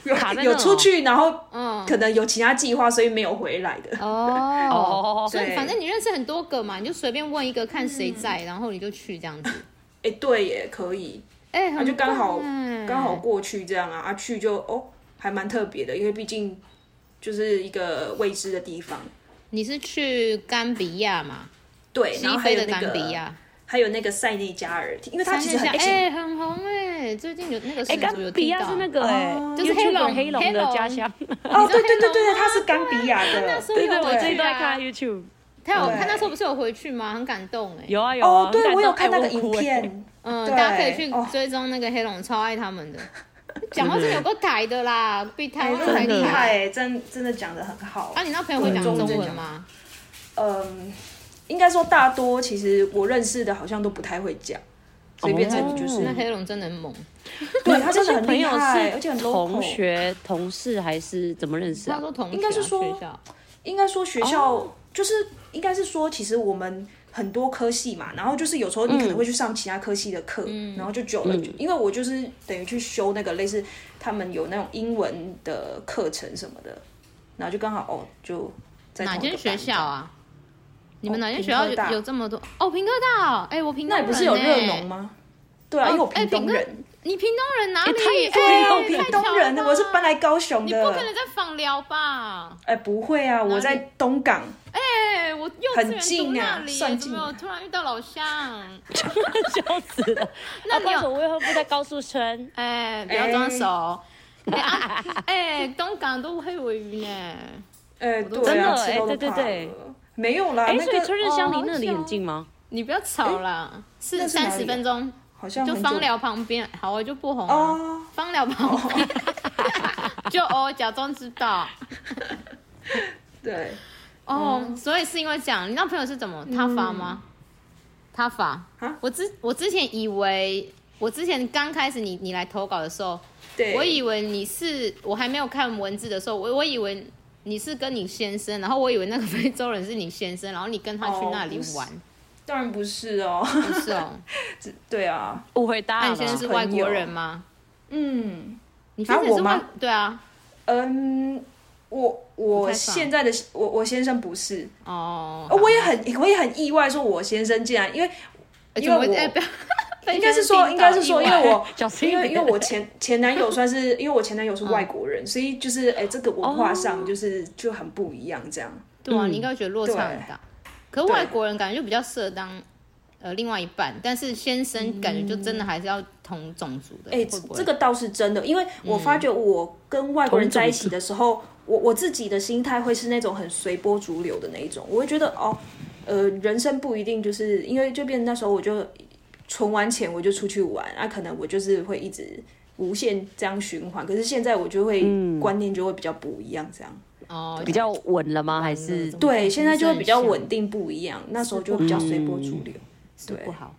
Speaker 3: 有
Speaker 1: 卡在那
Speaker 3: 有
Speaker 1: 哦
Speaker 3: 出去，然后
Speaker 2: 嗯，
Speaker 3: 可能有其他计划，所以没有回来的。
Speaker 2: 哦，
Speaker 1: 哦
Speaker 2: 所以
Speaker 3: 对嗯
Speaker 2: 反正你认识很多个嘛，你就随便问一个看谁在，然后你就去这样子。
Speaker 3: 哎，对耶，可以，
Speaker 2: 哎、
Speaker 3: 那、
Speaker 2: 很
Speaker 3: 就刚好
Speaker 2: 棒哎
Speaker 3: 刚好过去这样啊，啊去就哦，还蛮特别的，因为毕竟就是一个未知的地方。
Speaker 2: 你是去甘比亚嘛，
Speaker 3: 对，然后
Speaker 2: 西
Speaker 3: 还
Speaker 2: 非
Speaker 3: 有
Speaker 2: 的
Speaker 3: 那
Speaker 2: 甘比
Speaker 3: 个
Speaker 2: 亚。
Speaker 3: 还有那个塞内加尔，因为它其实很
Speaker 2: 哎、
Speaker 3: 哎其实
Speaker 2: 很红哎、最近有那个
Speaker 1: 哎，
Speaker 2: 始
Speaker 1: 甘
Speaker 2: 祖有
Speaker 1: 比
Speaker 2: 提
Speaker 1: 亚
Speaker 2: 到，
Speaker 1: 是那个哎
Speaker 3: 哦，
Speaker 2: 就是黑龙
Speaker 1: YouTuber 黑龙
Speaker 2: 黑
Speaker 1: 的
Speaker 2: 龙
Speaker 1: 家乡。
Speaker 3: 哦，对
Speaker 2: 黑
Speaker 3: 对对对
Speaker 2: 龙
Speaker 3: 对，
Speaker 2: 啊
Speaker 3: 它是甘比亚
Speaker 2: 那
Speaker 3: 的。
Speaker 2: 时候
Speaker 1: 对
Speaker 2: 有
Speaker 1: 对，我
Speaker 2: 回
Speaker 1: 最近
Speaker 2: 去
Speaker 1: 都在
Speaker 2: 啊
Speaker 1: 看 YouTube。
Speaker 2: 他有
Speaker 3: 对
Speaker 2: 他那时候不是有回去吗？很感动哎、
Speaker 1: 有啊有啊，
Speaker 3: 哦，对，
Speaker 1: 很感
Speaker 3: 我有
Speaker 1: 动
Speaker 3: 看那
Speaker 1: 哎
Speaker 3: 个
Speaker 1: 我
Speaker 3: 影
Speaker 1: 哭哎
Speaker 3: 片，
Speaker 2: 嗯，
Speaker 3: 对
Speaker 2: 大家可以去
Speaker 3: 哦
Speaker 2: 追踪那个黑龙，超爱他们
Speaker 3: (laughs)
Speaker 2: 的。讲话真的有够台的啦，比台湾还
Speaker 3: 很
Speaker 2: 厉
Speaker 3: 厉害
Speaker 2: 害。
Speaker 3: 欸，真真的讲的很好
Speaker 2: 啊，。你那朋友会讲
Speaker 3: 对
Speaker 2: 中
Speaker 3: 中文
Speaker 2: 文
Speaker 3: 讲
Speaker 2: 吗？
Speaker 3: 嗯，应该说大多其实我认识的好像都不太会讲，所以变成你就是
Speaker 2: 那黑龙真的很猛，
Speaker 3: 对他真的
Speaker 1: 哦这些
Speaker 3: 很
Speaker 1: 朋
Speaker 3: 厉
Speaker 1: 友
Speaker 3: 害，而且
Speaker 1: 是
Speaker 3: 很
Speaker 1: 同
Speaker 3: local。
Speaker 1: 学、同事还是怎么认识
Speaker 2: 他
Speaker 1: 啊？
Speaker 2: 说同学啊
Speaker 3: 应该是说
Speaker 2: 学校
Speaker 3: 应该说学校、
Speaker 2: 哦
Speaker 3: 就是应该是说，其实我们很多科系嘛，然后就是有时候你可
Speaker 2: 嗯
Speaker 3: 能会去上其他科系的课，然后就久了，就因为我就是等于去修那个类似他们有那种英文的课程什么的，然后就刚好哦就在
Speaker 2: 哪
Speaker 3: 同一
Speaker 2: 间
Speaker 3: 个
Speaker 2: 学
Speaker 3: 班
Speaker 2: 校？啊？你们哪间
Speaker 3: 平
Speaker 2: 学校
Speaker 3: 科哦大
Speaker 2: 有有这么多？哦，平科大哦，哎，我平
Speaker 3: 那
Speaker 2: 东
Speaker 3: 你
Speaker 2: 人
Speaker 3: 不是有热
Speaker 2: 欸
Speaker 3: 农？吗？对啊，因为我
Speaker 2: 哎
Speaker 3: 屏东
Speaker 2: 屏科
Speaker 3: 人，哦
Speaker 2: 你平东人哪里？
Speaker 1: 他也是
Speaker 2: 哎
Speaker 3: 我
Speaker 2: 太
Speaker 3: 屏
Speaker 2: 巧
Speaker 3: 东人，
Speaker 2: 了
Speaker 3: 我是搬来高雄
Speaker 2: 你
Speaker 3: 的。
Speaker 2: 不可能在访聊吧？
Speaker 3: 哎、不会啊，我在东港。
Speaker 2: 哎，我幼稚
Speaker 3: 很
Speaker 2: 园读
Speaker 3: 近啊
Speaker 2: 那里耶，
Speaker 3: 算
Speaker 2: 怎
Speaker 3: 近
Speaker 2: 么我突然遇到老乡？
Speaker 1: 笑死
Speaker 2: (laughs)
Speaker 1: 了。那
Speaker 2: 你
Speaker 1: 为
Speaker 2: 有
Speaker 1: 什么为何不在高速村？
Speaker 2: 哎，不要装熟。 (laughs) 哎、啊哎东港都黑尾鱼呢。
Speaker 3: 哎、
Speaker 2: 都
Speaker 3: 对
Speaker 1: 真
Speaker 3: 啊，
Speaker 1: 的
Speaker 3: 吃
Speaker 1: 哎
Speaker 3: 肉
Speaker 1: 对
Speaker 3: 都
Speaker 1: 对
Speaker 3: 怕
Speaker 1: 对
Speaker 3: 了没有啦，
Speaker 1: 哎，
Speaker 3: 那
Speaker 1: 所以
Speaker 3: 个
Speaker 1: 春日乡离那里
Speaker 2: 哦
Speaker 1: 很近吗？
Speaker 2: 你不要吵啦，是
Speaker 3: 那是哪
Speaker 2: 三
Speaker 3: 里啊
Speaker 2: 十分钟，
Speaker 3: 好像
Speaker 2: 就
Speaker 3: 很久
Speaker 2: 芳寮旁边。好，我就不红了。
Speaker 3: 哦，
Speaker 2: 芳寮旁边， (laughs) 就哦，假装知道
Speaker 3: 对，
Speaker 2: 哦。所以是因为这样，你那朋友是怎么他发吗？他法
Speaker 3: 啊
Speaker 2: 我之我之前以为，我之前刚开始你你来投稿的时候，
Speaker 3: 对，
Speaker 2: 我以为你是我还没有看文字的时候，我我以为你是跟你先生，然后我以为那个非洲人是你先生，然后你跟他去
Speaker 3: 哦
Speaker 2: 那里
Speaker 3: 不是
Speaker 2: 玩，
Speaker 3: 当然不是哦， (laughs)
Speaker 2: 不是哦？
Speaker 3: 对啊，
Speaker 1: 误会大了
Speaker 2: 那你。哎先生是外国人吗？
Speaker 3: 嗯。
Speaker 2: 你先生
Speaker 3: 啊我
Speaker 2: 是外
Speaker 3: 吗？
Speaker 2: 对啊，
Speaker 3: 嗯，我
Speaker 2: 不
Speaker 3: 我
Speaker 2: 太爽
Speaker 3: 现在的我我先生不是，
Speaker 2: 哦，
Speaker 3: 呃我也很我也很意外，说我先生竟然因为
Speaker 2: 好
Speaker 3: 因为
Speaker 2: 怎么会
Speaker 3: 我
Speaker 2: 哎不要被
Speaker 3: 应该是
Speaker 2: 先生
Speaker 3: 说
Speaker 2: 听
Speaker 3: 应该
Speaker 2: 到
Speaker 3: 是说
Speaker 2: 意
Speaker 3: 因
Speaker 2: 外
Speaker 3: 为
Speaker 2: (laughs)
Speaker 3: 我
Speaker 1: 小心一
Speaker 3: 因为
Speaker 1: 点
Speaker 3: 因为我前前男友算是因为我前男友是外国
Speaker 2: 嗯
Speaker 3: 人，所以就是哎、这个文化
Speaker 2: 哦
Speaker 3: 上就是、就很不一样这样。
Speaker 2: 对啊，
Speaker 1: 嗯
Speaker 2: 你应该会觉得落差很大。可外国人感觉就比较适合当呃另外一半，但是先生感觉就真的还是要同种族的。
Speaker 3: 哎、
Speaker 2: 会
Speaker 3: 这
Speaker 2: 不会嗯
Speaker 3: 这个倒是真的，因为我发觉我跟外国人在一起的时候，我我自己的心态会是那种很随波逐流的那一种，我会觉得哦，呃，人生不一定就是因为就变成那时候我就存完钱我就出去玩，啊，可能我就是会一直无限这样循环。可是现在我就会、
Speaker 2: 嗯
Speaker 3: 观念就会比较不一样，这样
Speaker 2: 哦
Speaker 1: 比较稳了吗？还是
Speaker 2: 嗯
Speaker 3: 对，
Speaker 2: 嗯
Speaker 3: 现在就会比较
Speaker 2: 真的很
Speaker 3: 稳定不一样，那时候就比较随波逐流。
Speaker 2: 嗯是不好。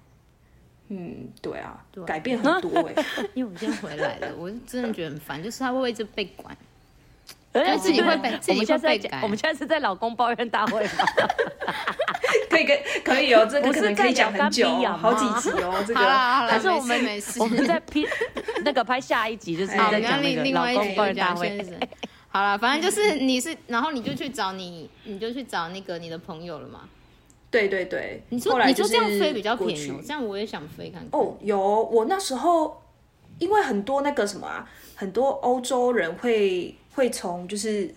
Speaker 3: 嗯，对啊，
Speaker 2: (laughs)
Speaker 3: 改变很多哎、
Speaker 2: 因为我现在回来
Speaker 3: (laughs)
Speaker 2: 了，我真的觉得很烦，就是他会一直被管。
Speaker 1: 哎
Speaker 2: 自己会被自
Speaker 1: 我
Speaker 2: 己
Speaker 1: 们
Speaker 2: 会
Speaker 1: 现在在
Speaker 2: 被改
Speaker 1: 讲我们现在是在老公抱怨大会吗？ (laughs)
Speaker 3: 可以跟可以哦，这个
Speaker 1: 不
Speaker 3: 可
Speaker 1: 是
Speaker 3: 能可
Speaker 1: 在
Speaker 3: 以讲
Speaker 1: 咬
Speaker 3: 很
Speaker 1: 干
Speaker 3: 久
Speaker 1: 逼
Speaker 3: 哦，
Speaker 1: 痒
Speaker 3: 好几
Speaker 1: 吗
Speaker 3: 集
Speaker 2: (laughs)
Speaker 3: 哦，这个
Speaker 2: 好啦好啦，
Speaker 1: 还是我们
Speaker 2: 没事
Speaker 1: 我
Speaker 2: 没
Speaker 1: 们
Speaker 2: 事。
Speaker 1: 在 P 那个拍下一集，就是
Speaker 2: 好，
Speaker 1: 在讲那
Speaker 2: 另
Speaker 1: 个
Speaker 2: 另外
Speaker 1: 老
Speaker 2: 一
Speaker 1: 公
Speaker 2: 集
Speaker 1: 抱
Speaker 2: 就
Speaker 1: 怨大
Speaker 2: 讲
Speaker 1: 会
Speaker 2: 先。生。好了，反正就是你是，然后你就去找你，你就去找那个你的朋友了嘛。
Speaker 3: 对对对，
Speaker 2: 你
Speaker 3: 后
Speaker 2: 说
Speaker 3: 来
Speaker 2: 你
Speaker 3: 就
Speaker 2: 说
Speaker 3: 是
Speaker 2: 这样飞比较
Speaker 3: 过
Speaker 2: 便宜
Speaker 3: 去
Speaker 2: 哦，这样我也想飞看看。
Speaker 3: 哦，有我那时候因为很多那个什么啊，很多欧洲人会会从就是。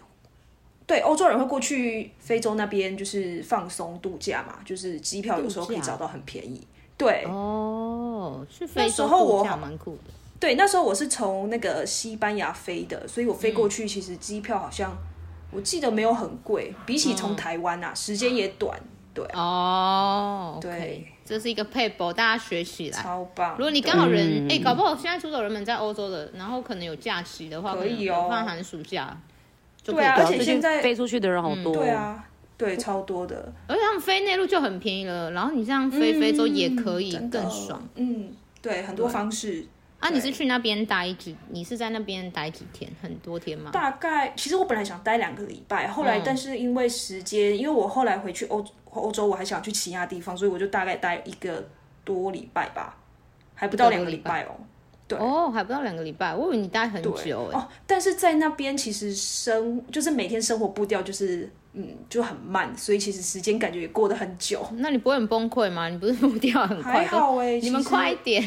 Speaker 3: 对，欧洲人会过去非洲那边，就是放松度假嘛，就是机票有时候可以
Speaker 2: 度假
Speaker 3: 找到很便宜。对、
Speaker 2: 哦，去非
Speaker 3: 时
Speaker 2: 洲
Speaker 3: 候我
Speaker 2: 度假蛮酷的，
Speaker 3: 对，那时候我是从那个西班牙飞的，所以我
Speaker 2: 嗯
Speaker 3: 飞过去其实机票好像我记得没有很贵，比起
Speaker 2: 嗯
Speaker 3: 从台湾啊，时间也短。对，啊
Speaker 2: 哦，
Speaker 3: 对，
Speaker 2: 这是一个配博，大家学起来。
Speaker 3: 超棒。
Speaker 2: 如果你刚好人，哎、搞不好现在出走人们在欧洲的，然后可能有假期的话，
Speaker 3: 可以
Speaker 2: 能
Speaker 3: 哦
Speaker 2: 有放寒暑假就可以
Speaker 3: 对啊，
Speaker 2: 飞哦
Speaker 3: 而且
Speaker 1: 最
Speaker 3: 现
Speaker 1: 近
Speaker 3: 在
Speaker 1: 哦飞出去的人好多。
Speaker 3: 对，啊，对，超多的，
Speaker 2: 而且他们飞内陆就很便宜了，然后你这样飞非洲也可以
Speaker 3: 真的
Speaker 2: 更爽。。
Speaker 3: 嗯，对，很多方式。
Speaker 2: 啊，你是去那边待几？你是在那边待几天？很多天吗？
Speaker 3: 大概其实我本来想待两个礼拜，后来
Speaker 2: 嗯
Speaker 3: 但是因为时间，因为我后来回去欧欧洲，我还想去其他地方，所以我就大概待一个多礼拜吧，还不到两个礼拜哦。对
Speaker 2: 哦，还不到两个礼拜，我以为你待很
Speaker 3: 对
Speaker 2: 久哎、
Speaker 3: 哦，但是在那边其实生就是每天生活步调就是嗯就很慢，所以其实时间感觉也过得很久。
Speaker 2: 那你不会很崩溃吗？你不是步调很快？
Speaker 3: 还好哎、
Speaker 2: 你们
Speaker 3: 其实
Speaker 2: 快一点。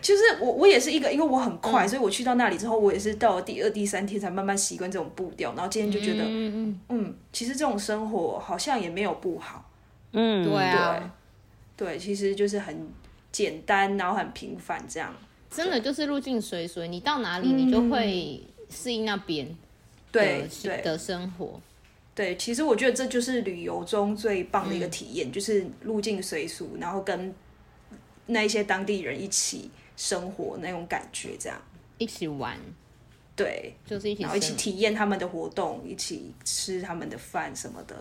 Speaker 3: 就是我，我也是一个，因为我很
Speaker 2: 嗯
Speaker 3: 快，所以我去到那里之后，我也是到了第二、第三天才慢慢习惯这种步调。然后今天就觉得，嗯
Speaker 2: 嗯
Speaker 3: 其实这种生活好像也没有不好，
Speaker 2: 嗯，
Speaker 1: 嗯，
Speaker 2: 对啊。
Speaker 3: 对，其实就是很简单，然后很平凡这样。
Speaker 2: 真的就是入境随随，你到哪里
Speaker 3: 嗯
Speaker 2: 你就会适应那边
Speaker 3: 对
Speaker 2: 的
Speaker 3: 对
Speaker 2: 的生活。
Speaker 3: 对，其实我觉得这就是旅游中最棒的
Speaker 2: 嗯
Speaker 3: 一个体验，就是入境随俗，然后跟那一些当地人一起生活那种感觉，这样
Speaker 2: 一起玩，
Speaker 3: 对，
Speaker 2: 就是一起
Speaker 3: 然后一起
Speaker 2: 生
Speaker 3: 体验他们的活动，一起吃他们的饭什么的，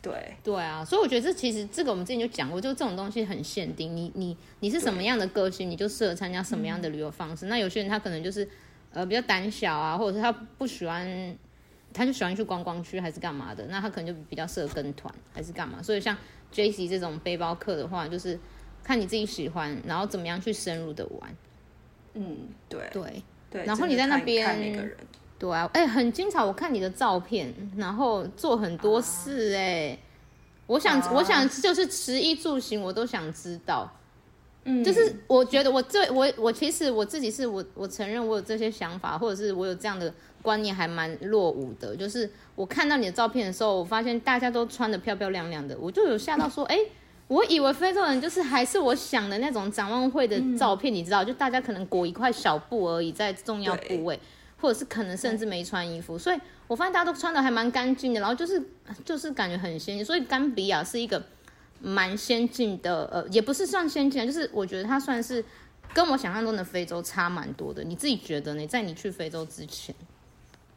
Speaker 3: 对。
Speaker 2: 对啊，所以我觉得这其实这个我们之前就讲过，就这种东西很限定，你你你是什么样的个性，你就适合参加什么
Speaker 3: 嗯
Speaker 2: 样的旅游方式。那有些人他可能就是呃比较胆小啊，或者是他不喜欢，他就喜欢去观光区还是干嘛的，那他可能就比较适合跟团还是干嘛。所以像 J C 这种背包客的话，就是看你自己喜欢，然后怎么样去深入的玩。
Speaker 3: 嗯，对
Speaker 2: 对，
Speaker 3: 对。
Speaker 2: 然后
Speaker 3: 真
Speaker 2: 你
Speaker 3: 的
Speaker 2: 在那
Speaker 3: 看看
Speaker 2: 边
Speaker 3: 每个人，
Speaker 2: 对啊，哎、很精彩！我看你的照片，然后做很多事、哎、我想，
Speaker 3: 啊
Speaker 2: 我想就是食衣住行，我都想知道。
Speaker 3: 嗯，
Speaker 2: 就是我觉得我最我我其实我自己是我我承认我有这些想法，或者是我有这样的观念还蛮落伍的。就是我看到你的照片的时候，我发现大家都穿的漂漂亮亮的，我就有吓到说，哎、 (laughs) 我以为非洲人就是还是我想的那种展望会的照片，你知道，就大家可能裹一块小布而已，在重要部位，或者是可能甚至没穿衣服，所以我发现大家都穿的还蛮干净的，然后就是就是感觉很先进，所以甘比亚是一个蛮先进的，呃，也不是算先进的，就是我觉得它算是跟我想象中的非洲差蛮多的。你自己觉得呢？在你去非洲之前，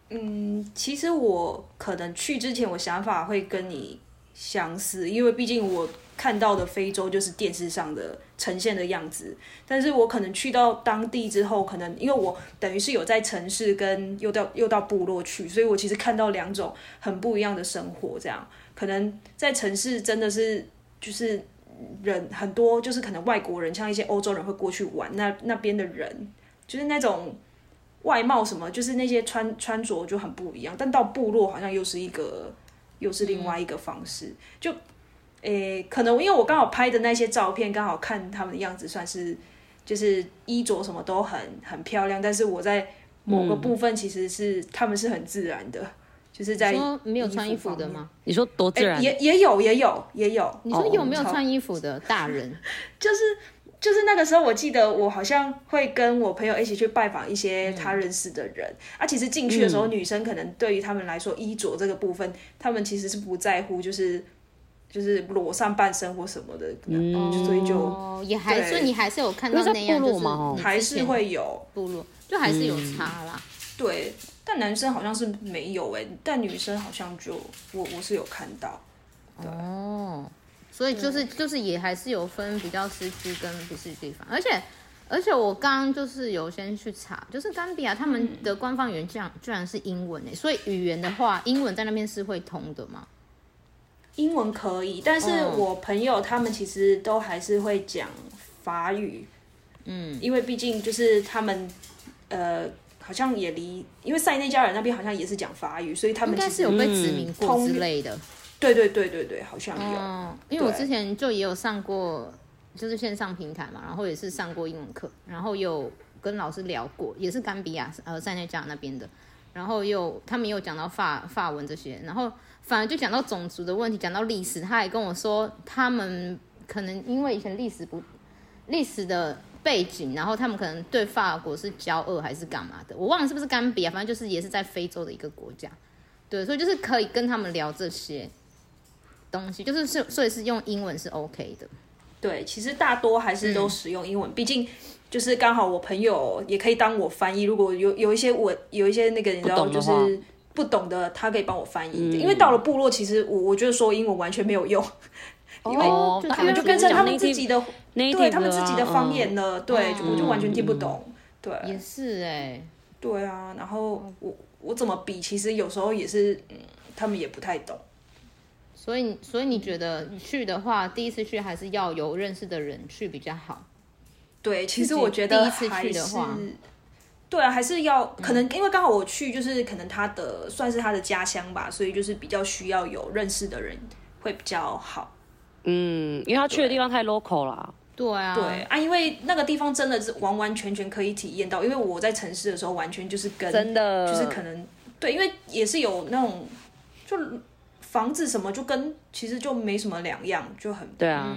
Speaker 3: 嗯，其实我可能去之前，我想法会跟你相似，因为毕竟我看到的非洲就是电视上的呈现的样子，但是我可能去到当地之后，可能因为我等于是有在城市跟又到又到部落去，所以我其实看到两种很不一样的生活，这样可能在城市真的是就是。人很多，就是可能外国人，像一些欧洲人会过去玩，那那边的人就是那种外貌什么，就是那些穿穿着就很不一样。但到部落好像又是一个，又是另外一个方式。就，诶、可能因为我刚好拍的那些照片，刚好看他们的样子，算是就是衣着什么都很很漂亮，但是我在某个部分其实是、他们是很自然的，就是在
Speaker 2: 说没有穿衣服
Speaker 3: 方
Speaker 2: 的
Speaker 3: 面
Speaker 2: 吗？
Speaker 1: 你说多自
Speaker 3: 诶
Speaker 1: 然，
Speaker 3: 哎也也有也有也有，
Speaker 2: 你说有没有
Speaker 3: 哦超
Speaker 2: 穿衣服的大人？
Speaker 3: 就是那个时候，我记得我好像会跟我朋友一起去拜访一
Speaker 2: 嗯
Speaker 3: 些他认识的人、啊。其实进去的时候，女生可能对于他们来说，衣着这个部分，他们其实是不在乎，就是就是裸上半身或什么的，嗯、所以 (laughs) 就
Speaker 2: 哦，也还
Speaker 3: 对
Speaker 2: 是你还是有看
Speaker 1: 因
Speaker 2: 到
Speaker 1: 为在
Speaker 2: 那样，
Speaker 1: 部
Speaker 2: 就
Speaker 1: 落
Speaker 2: 是
Speaker 1: 嘛哦
Speaker 2: 你之
Speaker 3: 还是
Speaker 2: 前
Speaker 3: 会嗯有
Speaker 2: 部落，就还是有差啦。
Speaker 3: 对。但男生好像是没有哎、但女生好像就我我是有看到，
Speaker 2: 哦，所以就是就是也还是有分比较市区跟不市区地方，而且而且我刚刚就是有先去查，就是甘比亚他
Speaker 3: 嗯
Speaker 2: 们的官方语言居然居然是英文诶，所以语言的话，英文在那边是会通的嘛？
Speaker 3: 英文可以，但是
Speaker 2: 嗯
Speaker 3: 我朋友他们其实都还是会讲法语，嗯，因为毕竟就是他们，呃，好像也离，因为塞内加尔那边好像也是讲法语，所以他
Speaker 2: 应
Speaker 3: 们
Speaker 2: 该
Speaker 3: 其
Speaker 2: 是
Speaker 3: 实嗯
Speaker 2: 有被殖民过
Speaker 3: 通
Speaker 2: 之类的。
Speaker 3: 对对对对对，好像有，
Speaker 2: 嗯，因为我
Speaker 3: 对
Speaker 2: 之前就也有上过，就是线上平台嘛，然后也是上过英文课，然后有跟老师聊过，也是甘比亚呃塞内加尔那边的，然后又他们也有讲到法法文这些，然后反而就讲到种族的问题，讲到历史，他还跟我说他们可能因为以前历史不历史的。背景，然后他们可能对法国是骄傲还是干嘛的，我忘了是不是甘比亚，反正就是也是在非洲的一个国家，对，所以就是可以跟他们聊这些，东西，就是是所以是用英文是 OK 的。
Speaker 3: 对，其实大多还是都使用英文，毕竟就是刚好我朋友也可以当我翻译，如果有有一些我有一些那个你知
Speaker 1: 不
Speaker 3: 道
Speaker 1: 懂
Speaker 3: 就
Speaker 1: 的
Speaker 3: 是
Speaker 1: 话
Speaker 3: 不懂的，他可以帮我翻译，因为到了部落，其实我我觉得说英文完全没有用，因为
Speaker 1: 哦
Speaker 2: 就
Speaker 1: 他
Speaker 3: 他们
Speaker 1: 们
Speaker 3: 就
Speaker 1: 只
Speaker 3: 跟着
Speaker 1: 讲
Speaker 3: 他们
Speaker 1: native-
Speaker 3: 自己的。
Speaker 1: native
Speaker 3: 对他们自
Speaker 1: 啊
Speaker 3: 己的方言
Speaker 1: 嗯
Speaker 3: 了，对，就我就完全听不懂。对，
Speaker 2: 也是嗯哎、
Speaker 3: 对啊，然后我我怎么比，其实有时候也是，嗯，他们也不太懂。
Speaker 2: 所以所以你觉得你去的话，第一次去还是要有认识的人去比较好。
Speaker 3: 对，其
Speaker 2: 自
Speaker 3: 实
Speaker 2: 己
Speaker 3: 我觉得
Speaker 2: 第一次去
Speaker 3: 还是
Speaker 2: 的话嗯
Speaker 3: 对啊，还是要可能因为刚好我去，就是可能他的算是他的家乡吧，所以就是比较需要有认识的人会比较好。
Speaker 1: 嗯，因为他去的地方太 local 啦。
Speaker 2: 对啊，
Speaker 3: 对啊，因为那个地方真的是完完全全可以体验到，因为我在城市的时候完全就是跟
Speaker 1: 真的
Speaker 3: 就是可能对，因为也是有那种就房子什么就跟其实就没什么两样，就很
Speaker 1: 对啊，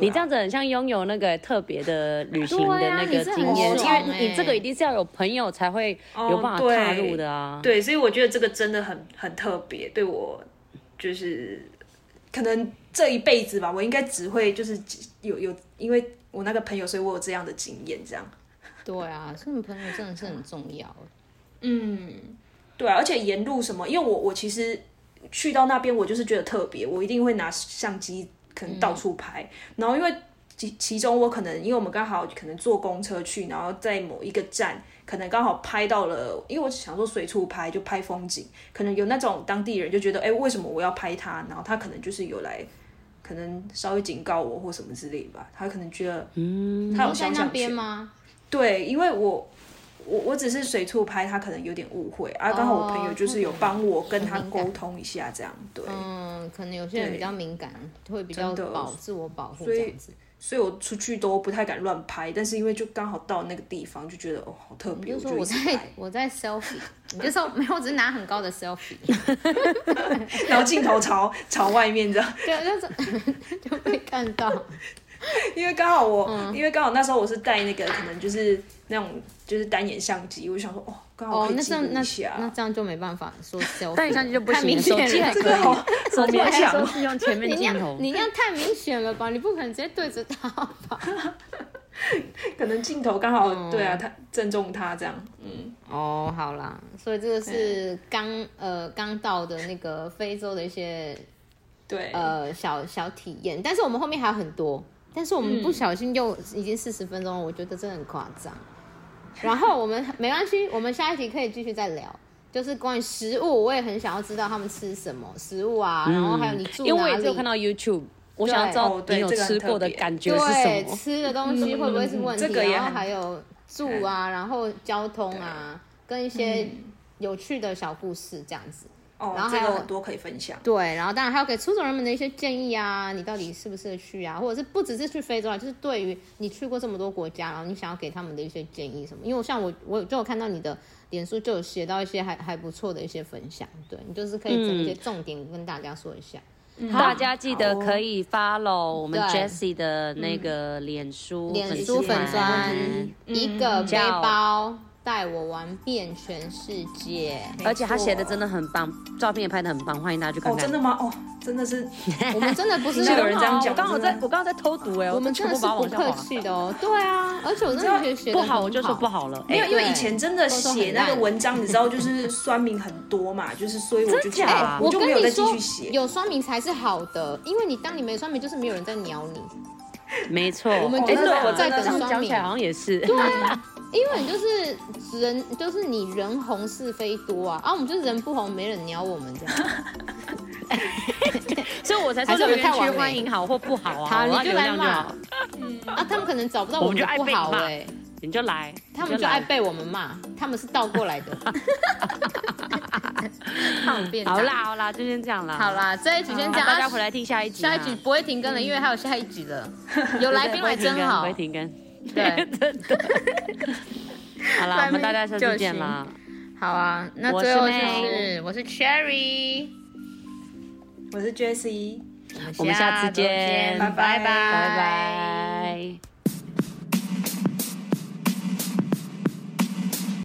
Speaker 1: 你这样子很像拥有那个特别的旅行的
Speaker 2: 对啊
Speaker 1: 那
Speaker 2: 你
Speaker 1: 个
Speaker 2: 是
Speaker 1: 经
Speaker 2: 很
Speaker 1: 验，
Speaker 2: 爽
Speaker 1: 因为
Speaker 2: 欸
Speaker 1: 你这个一定是要有朋友才会有办法
Speaker 3: 对
Speaker 1: 踏入的啊。
Speaker 3: 对，所以我觉得这个真的很很特别，对我就是可能这一辈子吧，我应该只会就是有有，因为我那个朋友，所以我有这样的经验，这样。
Speaker 2: 对啊，所以你朋友真的是很重要。
Speaker 3: 对啊，而且沿路什么，因为我我其实去到那边，我就是觉得特别，我一定会拿相机，可能到处拍。然后因为其其中我可能因为我们刚好可能坐公车去，然后在某一个站，可能刚好拍到了，因为我想说随处拍就拍风景，可能有那种当地人就觉得，哎、为什么我要拍他？然后他可能就是有来。可能稍微警告我或什么之类吧，他可能觉得，嗯，他有
Speaker 2: 你在
Speaker 3: 想
Speaker 2: 那
Speaker 3: 想去
Speaker 2: 边吗？
Speaker 3: 对，因为我我我只是随处拍，他可能有点误会啊。
Speaker 2: 哦
Speaker 3: 刚好我朋友就是有帮我跟他
Speaker 2: 很敏
Speaker 3: 沟
Speaker 2: 感
Speaker 3: 通一下，这样对。
Speaker 2: 嗯，可能有些人
Speaker 3: 对
Speaker 2: 比较敏感，会比较
Speaker 3: 真的
Speaker 2: 保自我保护
Speaker 3: 所以
Speaker 2: 这样子。
Speaker 3: 所以我出去都不太敢乱拍，但是因为就刚好到那个地方，就觉得哦，好特
Speaker 2: 你
Speaker 3: 别，
Speaker 2: 就
Speaker 3: 我
Speaker 2: 说
Speaker 3: 就
Speaker 2: 我
Speaker 3: 一直
Speaker 2: 在
Speaker 3: 拍，
Speaker 2: 我在 selfie，你就说没有，我只是拿很高的 selfie，
Speaker 3: 然后镜头朝朝外面这样，
Speaker 2: 对，就是 (laughs) 就被看
Speaker 3: (laughs)
Speaker 2: 到。
Speaker 3: 因为刚好我，
Speaker 2: 嗯
Speaker 3: 因为刚好那时候我是带那个可能就是那种就是单眼相机，我就想说哦，刚好
Speaker 2: 哦
Speaker 3: 可，以
Speaker 2: 那
Speaker 3: 记
Speaker 2: 这
Speaker 3: 录
Speaker 2: 样那
Speaker 3: 一下。
Speaker 2: 那这样就没办法说 selfie，
Speaker 1: 但你相机就不
Speaker 2: 太明
Speaker 1: 行，
Speaker 2: 显
Speaker 1: 手
Speaker 2: 了
Speaker 1: 机还可
Speaker 3: 这个
Speaker 1: 以，
Speaker 3: 好
Speaker 1: 手机
Speaker 3: 好
Speaker 1: 还可以
Speaker 3: 强
Speaker 1: 说
Speaker 3: 哦
Speaker 1: 是用前面
Speaker 2: 哎你
Speaker 1: 镜
Speaker 2: 要
Speaker 1: 头。
Speaker 2: 你要太明显了吧？你不可能直接对着他
Speaker 1: (laughs)
Speaker 2: 吧？
Speaker 3: (laughs) 可能镜头
Speaker 2: 嗯
Speaker 3: 刚好对啊，他正中他这样，嗯，
Speaker 2: 哦，好啦，所以这个是刚呃刚到的那个非洲的一些
Speaker 3: 对，
Speaker 2: 呃小小体验，但是我们后面还有很多，但是我们
Speaker 1: 嗯
Speaker 2: 不小心又已经四十分钟了，我觉得真的很夸张。然后我们没关系，我们下一集可以继续再聊，就是关于食物，我也很想要知道他们吃什么食物啊，然后还有你住
Speaker 1: 嗯因为我
Speaker 2: 哪
Speaker 1: 也是
Speaker 2: 里
Speaker 1: 有看。到 YouTube，我想要知
Speaker 3: 哦
Speaker 1: 道
Speaker 3: 对
Speaker 1: 你有
Speaker 3: 这个很
Speaker 1: 吃
Speaker 3: 特
Speaker 1: 过的
Speaker 3: 别
Speaker 1: 感觉是什
Speaker 2: 对
Speaker 1: 么。
Speaker 2: 吃的东西会不会是问题？
Speaker 3: 嗯这个也
Speaker 2: 然后
Speaker 3: 很
Speaker 2: 还有住啊，然后交通啊，跟一些
Speaker 3: 嗯
Speaker 2: 有趣的小故事这样子。
Speaker 3: 哦
Speaker 2: 然后，
Speaker 3: 这
Speaker 2: 还有
Speaker 3: 个很多可以分享。
Speaker 2: 对，然后当然还有给出走人们的一些建议啊，你到底适不适合去啊，或者是不只是去非洲啊，就是对于你去过这么多国家，然后你想要给他们的一些建议什么？因为我像我，我有就有看到你的脸书就有写到一些还还不错的一些分享，对你就是可以
Speaker 1: 嗯
Speaker 2: 整一些重点跟大家说一下。
Speaker 1: 大家记得
Speaker 3: 好哦
Speaker 1: 可以 follow 我们
Speaker 2: 对
Speaker 1: Jessie 的那个脸书
Speaker 2: 脸
Speaker 1: 粉
Speaker 2: 书
Speaker 1: 丝
Speaker 2: 粉
Speaker 1: 团
Speaker 2: 砖
Speaker 3: 嗯，
Speaker 2: 一个背
Speaker 1: 叫
Speaker 2: 包带我玩遍全世界，
Speaker 1: 而且他写的真
Speaker 3: 的
Speaker 1: 的很棒，照片也拍的很棒，欢迎大家去看
Speaker 3: 哦，
Speaker 1: 看。
Speaker 3: 真的吗？哦，真的是
Speaker 2: 我们真的不
Speaker 1: (laughs)
Speaker 2: 是
Speaker 3: 是
Speaker 2: 那
Speaker 3: 有
Speaker 2: 种
Speaker 3: 人这样
Speaker 1: 我
Speaker 3: 讲
Speaker 1: 刚好
Speaker 3: 真的
Speaker 1: 在，我刚好在偷读哎，
Speaker 2: 我们
Speaker 1: 全
Speaker 2: 真的
Speaker 1: 部
Speaker 2: 是
Speaker 1: 把它
Speaker 2: 不
Speaker 1: 往下
Speaker 2: 客
Speaker 1: 滑。
Speaker 2: 气的哦，对啊，而且我真的觉得写得
Speaker 1: 不
Speaker 2: 很
Speaker 1: 好我就说不好了，
Speaker 3: 没有，
Speaker 1: 哎
Speaker 3: 因为
Speaker 2: 对
Speaker 3: 以前真的
Speaker 2: 都说
Speaker 3: 写
Speaker 2: 很
Speaker 3: 那个
Speaker 2: 烂
Speaker 3: 文章，你知道，就是酸民很多嘛，就是所以我就
Speaker 1: 真
Speaker 3: 觉
Speaker 1: 假
Speaker 3: 得
Speaker 1: 啊
Speaker 3: 哎
Speaker 2: 我
Speaker 3: 就
Speaker 2: 跟
Speaker 3: 没有
Speaker 2: 你
Speaker 3: 再继
Speaker 2: 说
Speaker 3: 续，写。
Speaker 2: 有酸民才是好的，因为你当你没酸民，就是没有人在鸟你，
Speaker 1: 没错。
Speaker 2: 我们
Speaker 1: 哎
Speaker 2: 真
Speaker 3: 的
Speaker 1: 对我
Speaker 3: 在
Speaker 1: 这
Speaker 3: 等
Speaker 1: 样
Speaker 2: 酸
Speaker 1: 讲
Speaker 2: 民啊
Speaker 1: 起来好啊像也是。
Speaker 2: 因为你就是人，就是你人红是非多啊，啊，我们就是人不红，没人鸟我们这样。
Speaker 1: 所以我才
Speaker 2: 还
Speaker 1: 说
Speaker 2: 是
Speaker 1: 留
Speaker 2: 我们
Speaker 1: 言
Speaker 2: 太完
Speaker 1: 区
Speaker 2: 美
Speaker 1: 欢迎好或不好啊，
Speaker 2: 好，
Speaker 1: 我要
Speaker 2: 你就
Speaker 1: 流
Speaker 2: 来
Speaker 1: 量就
Speaker 2: 骂
Speaker 1: 好，
Speaker 2: 啊，他们可能找不到
Speaker 1: 我
Speaker 2: 们
Speaker 1: 们就爱
Speaker 2: 不
Speaker 1: 被
Speaker 2: 好
Speaker 1: 骂
Speaker 2: 哎，
Speaker 1: 你就来，
Speaker 2: 他们
Speaker 1: 你
Speaker 2: 就爱
Speaker 1: 来。 (laughs)
Speaker 2: 被我们骂，他们是倒过来的。 (laughs) 胖变
Speaker 1: 好啦，好啦，就先这样啦。
Speaker 2: 好，啦，这一局先
Speaker 1: 那
Speaker 2: 这样，
Speaker 1: 大家回来听下一集啊。
Speaker 2: 下一局不会停更了，因为还有下一集了，有来宾
Speaker 1: 不会
Speaker 2: 来
Speaker 1: 停更
Speaker 2: 真好
Speaker 1: 不会。停更。
Speaker 2: 对，
Speaker 1: (laughs) 真的。好啦，我们大家下次见啦，
Speaker 2: 好啊，那
Speaker 1: 我是
Speaker 2: 最后就
Speaker 1: 妹
Speaker 2: 是我是 Cherry，
Speaker 3: 我是 Jessie。
Speaker 1: 我们下次
Speaker 2: 周见
Speaker 1: 见，
Speaker 3: 拜拜
Speaker 2: 拜
Speaker 1: 拜拜。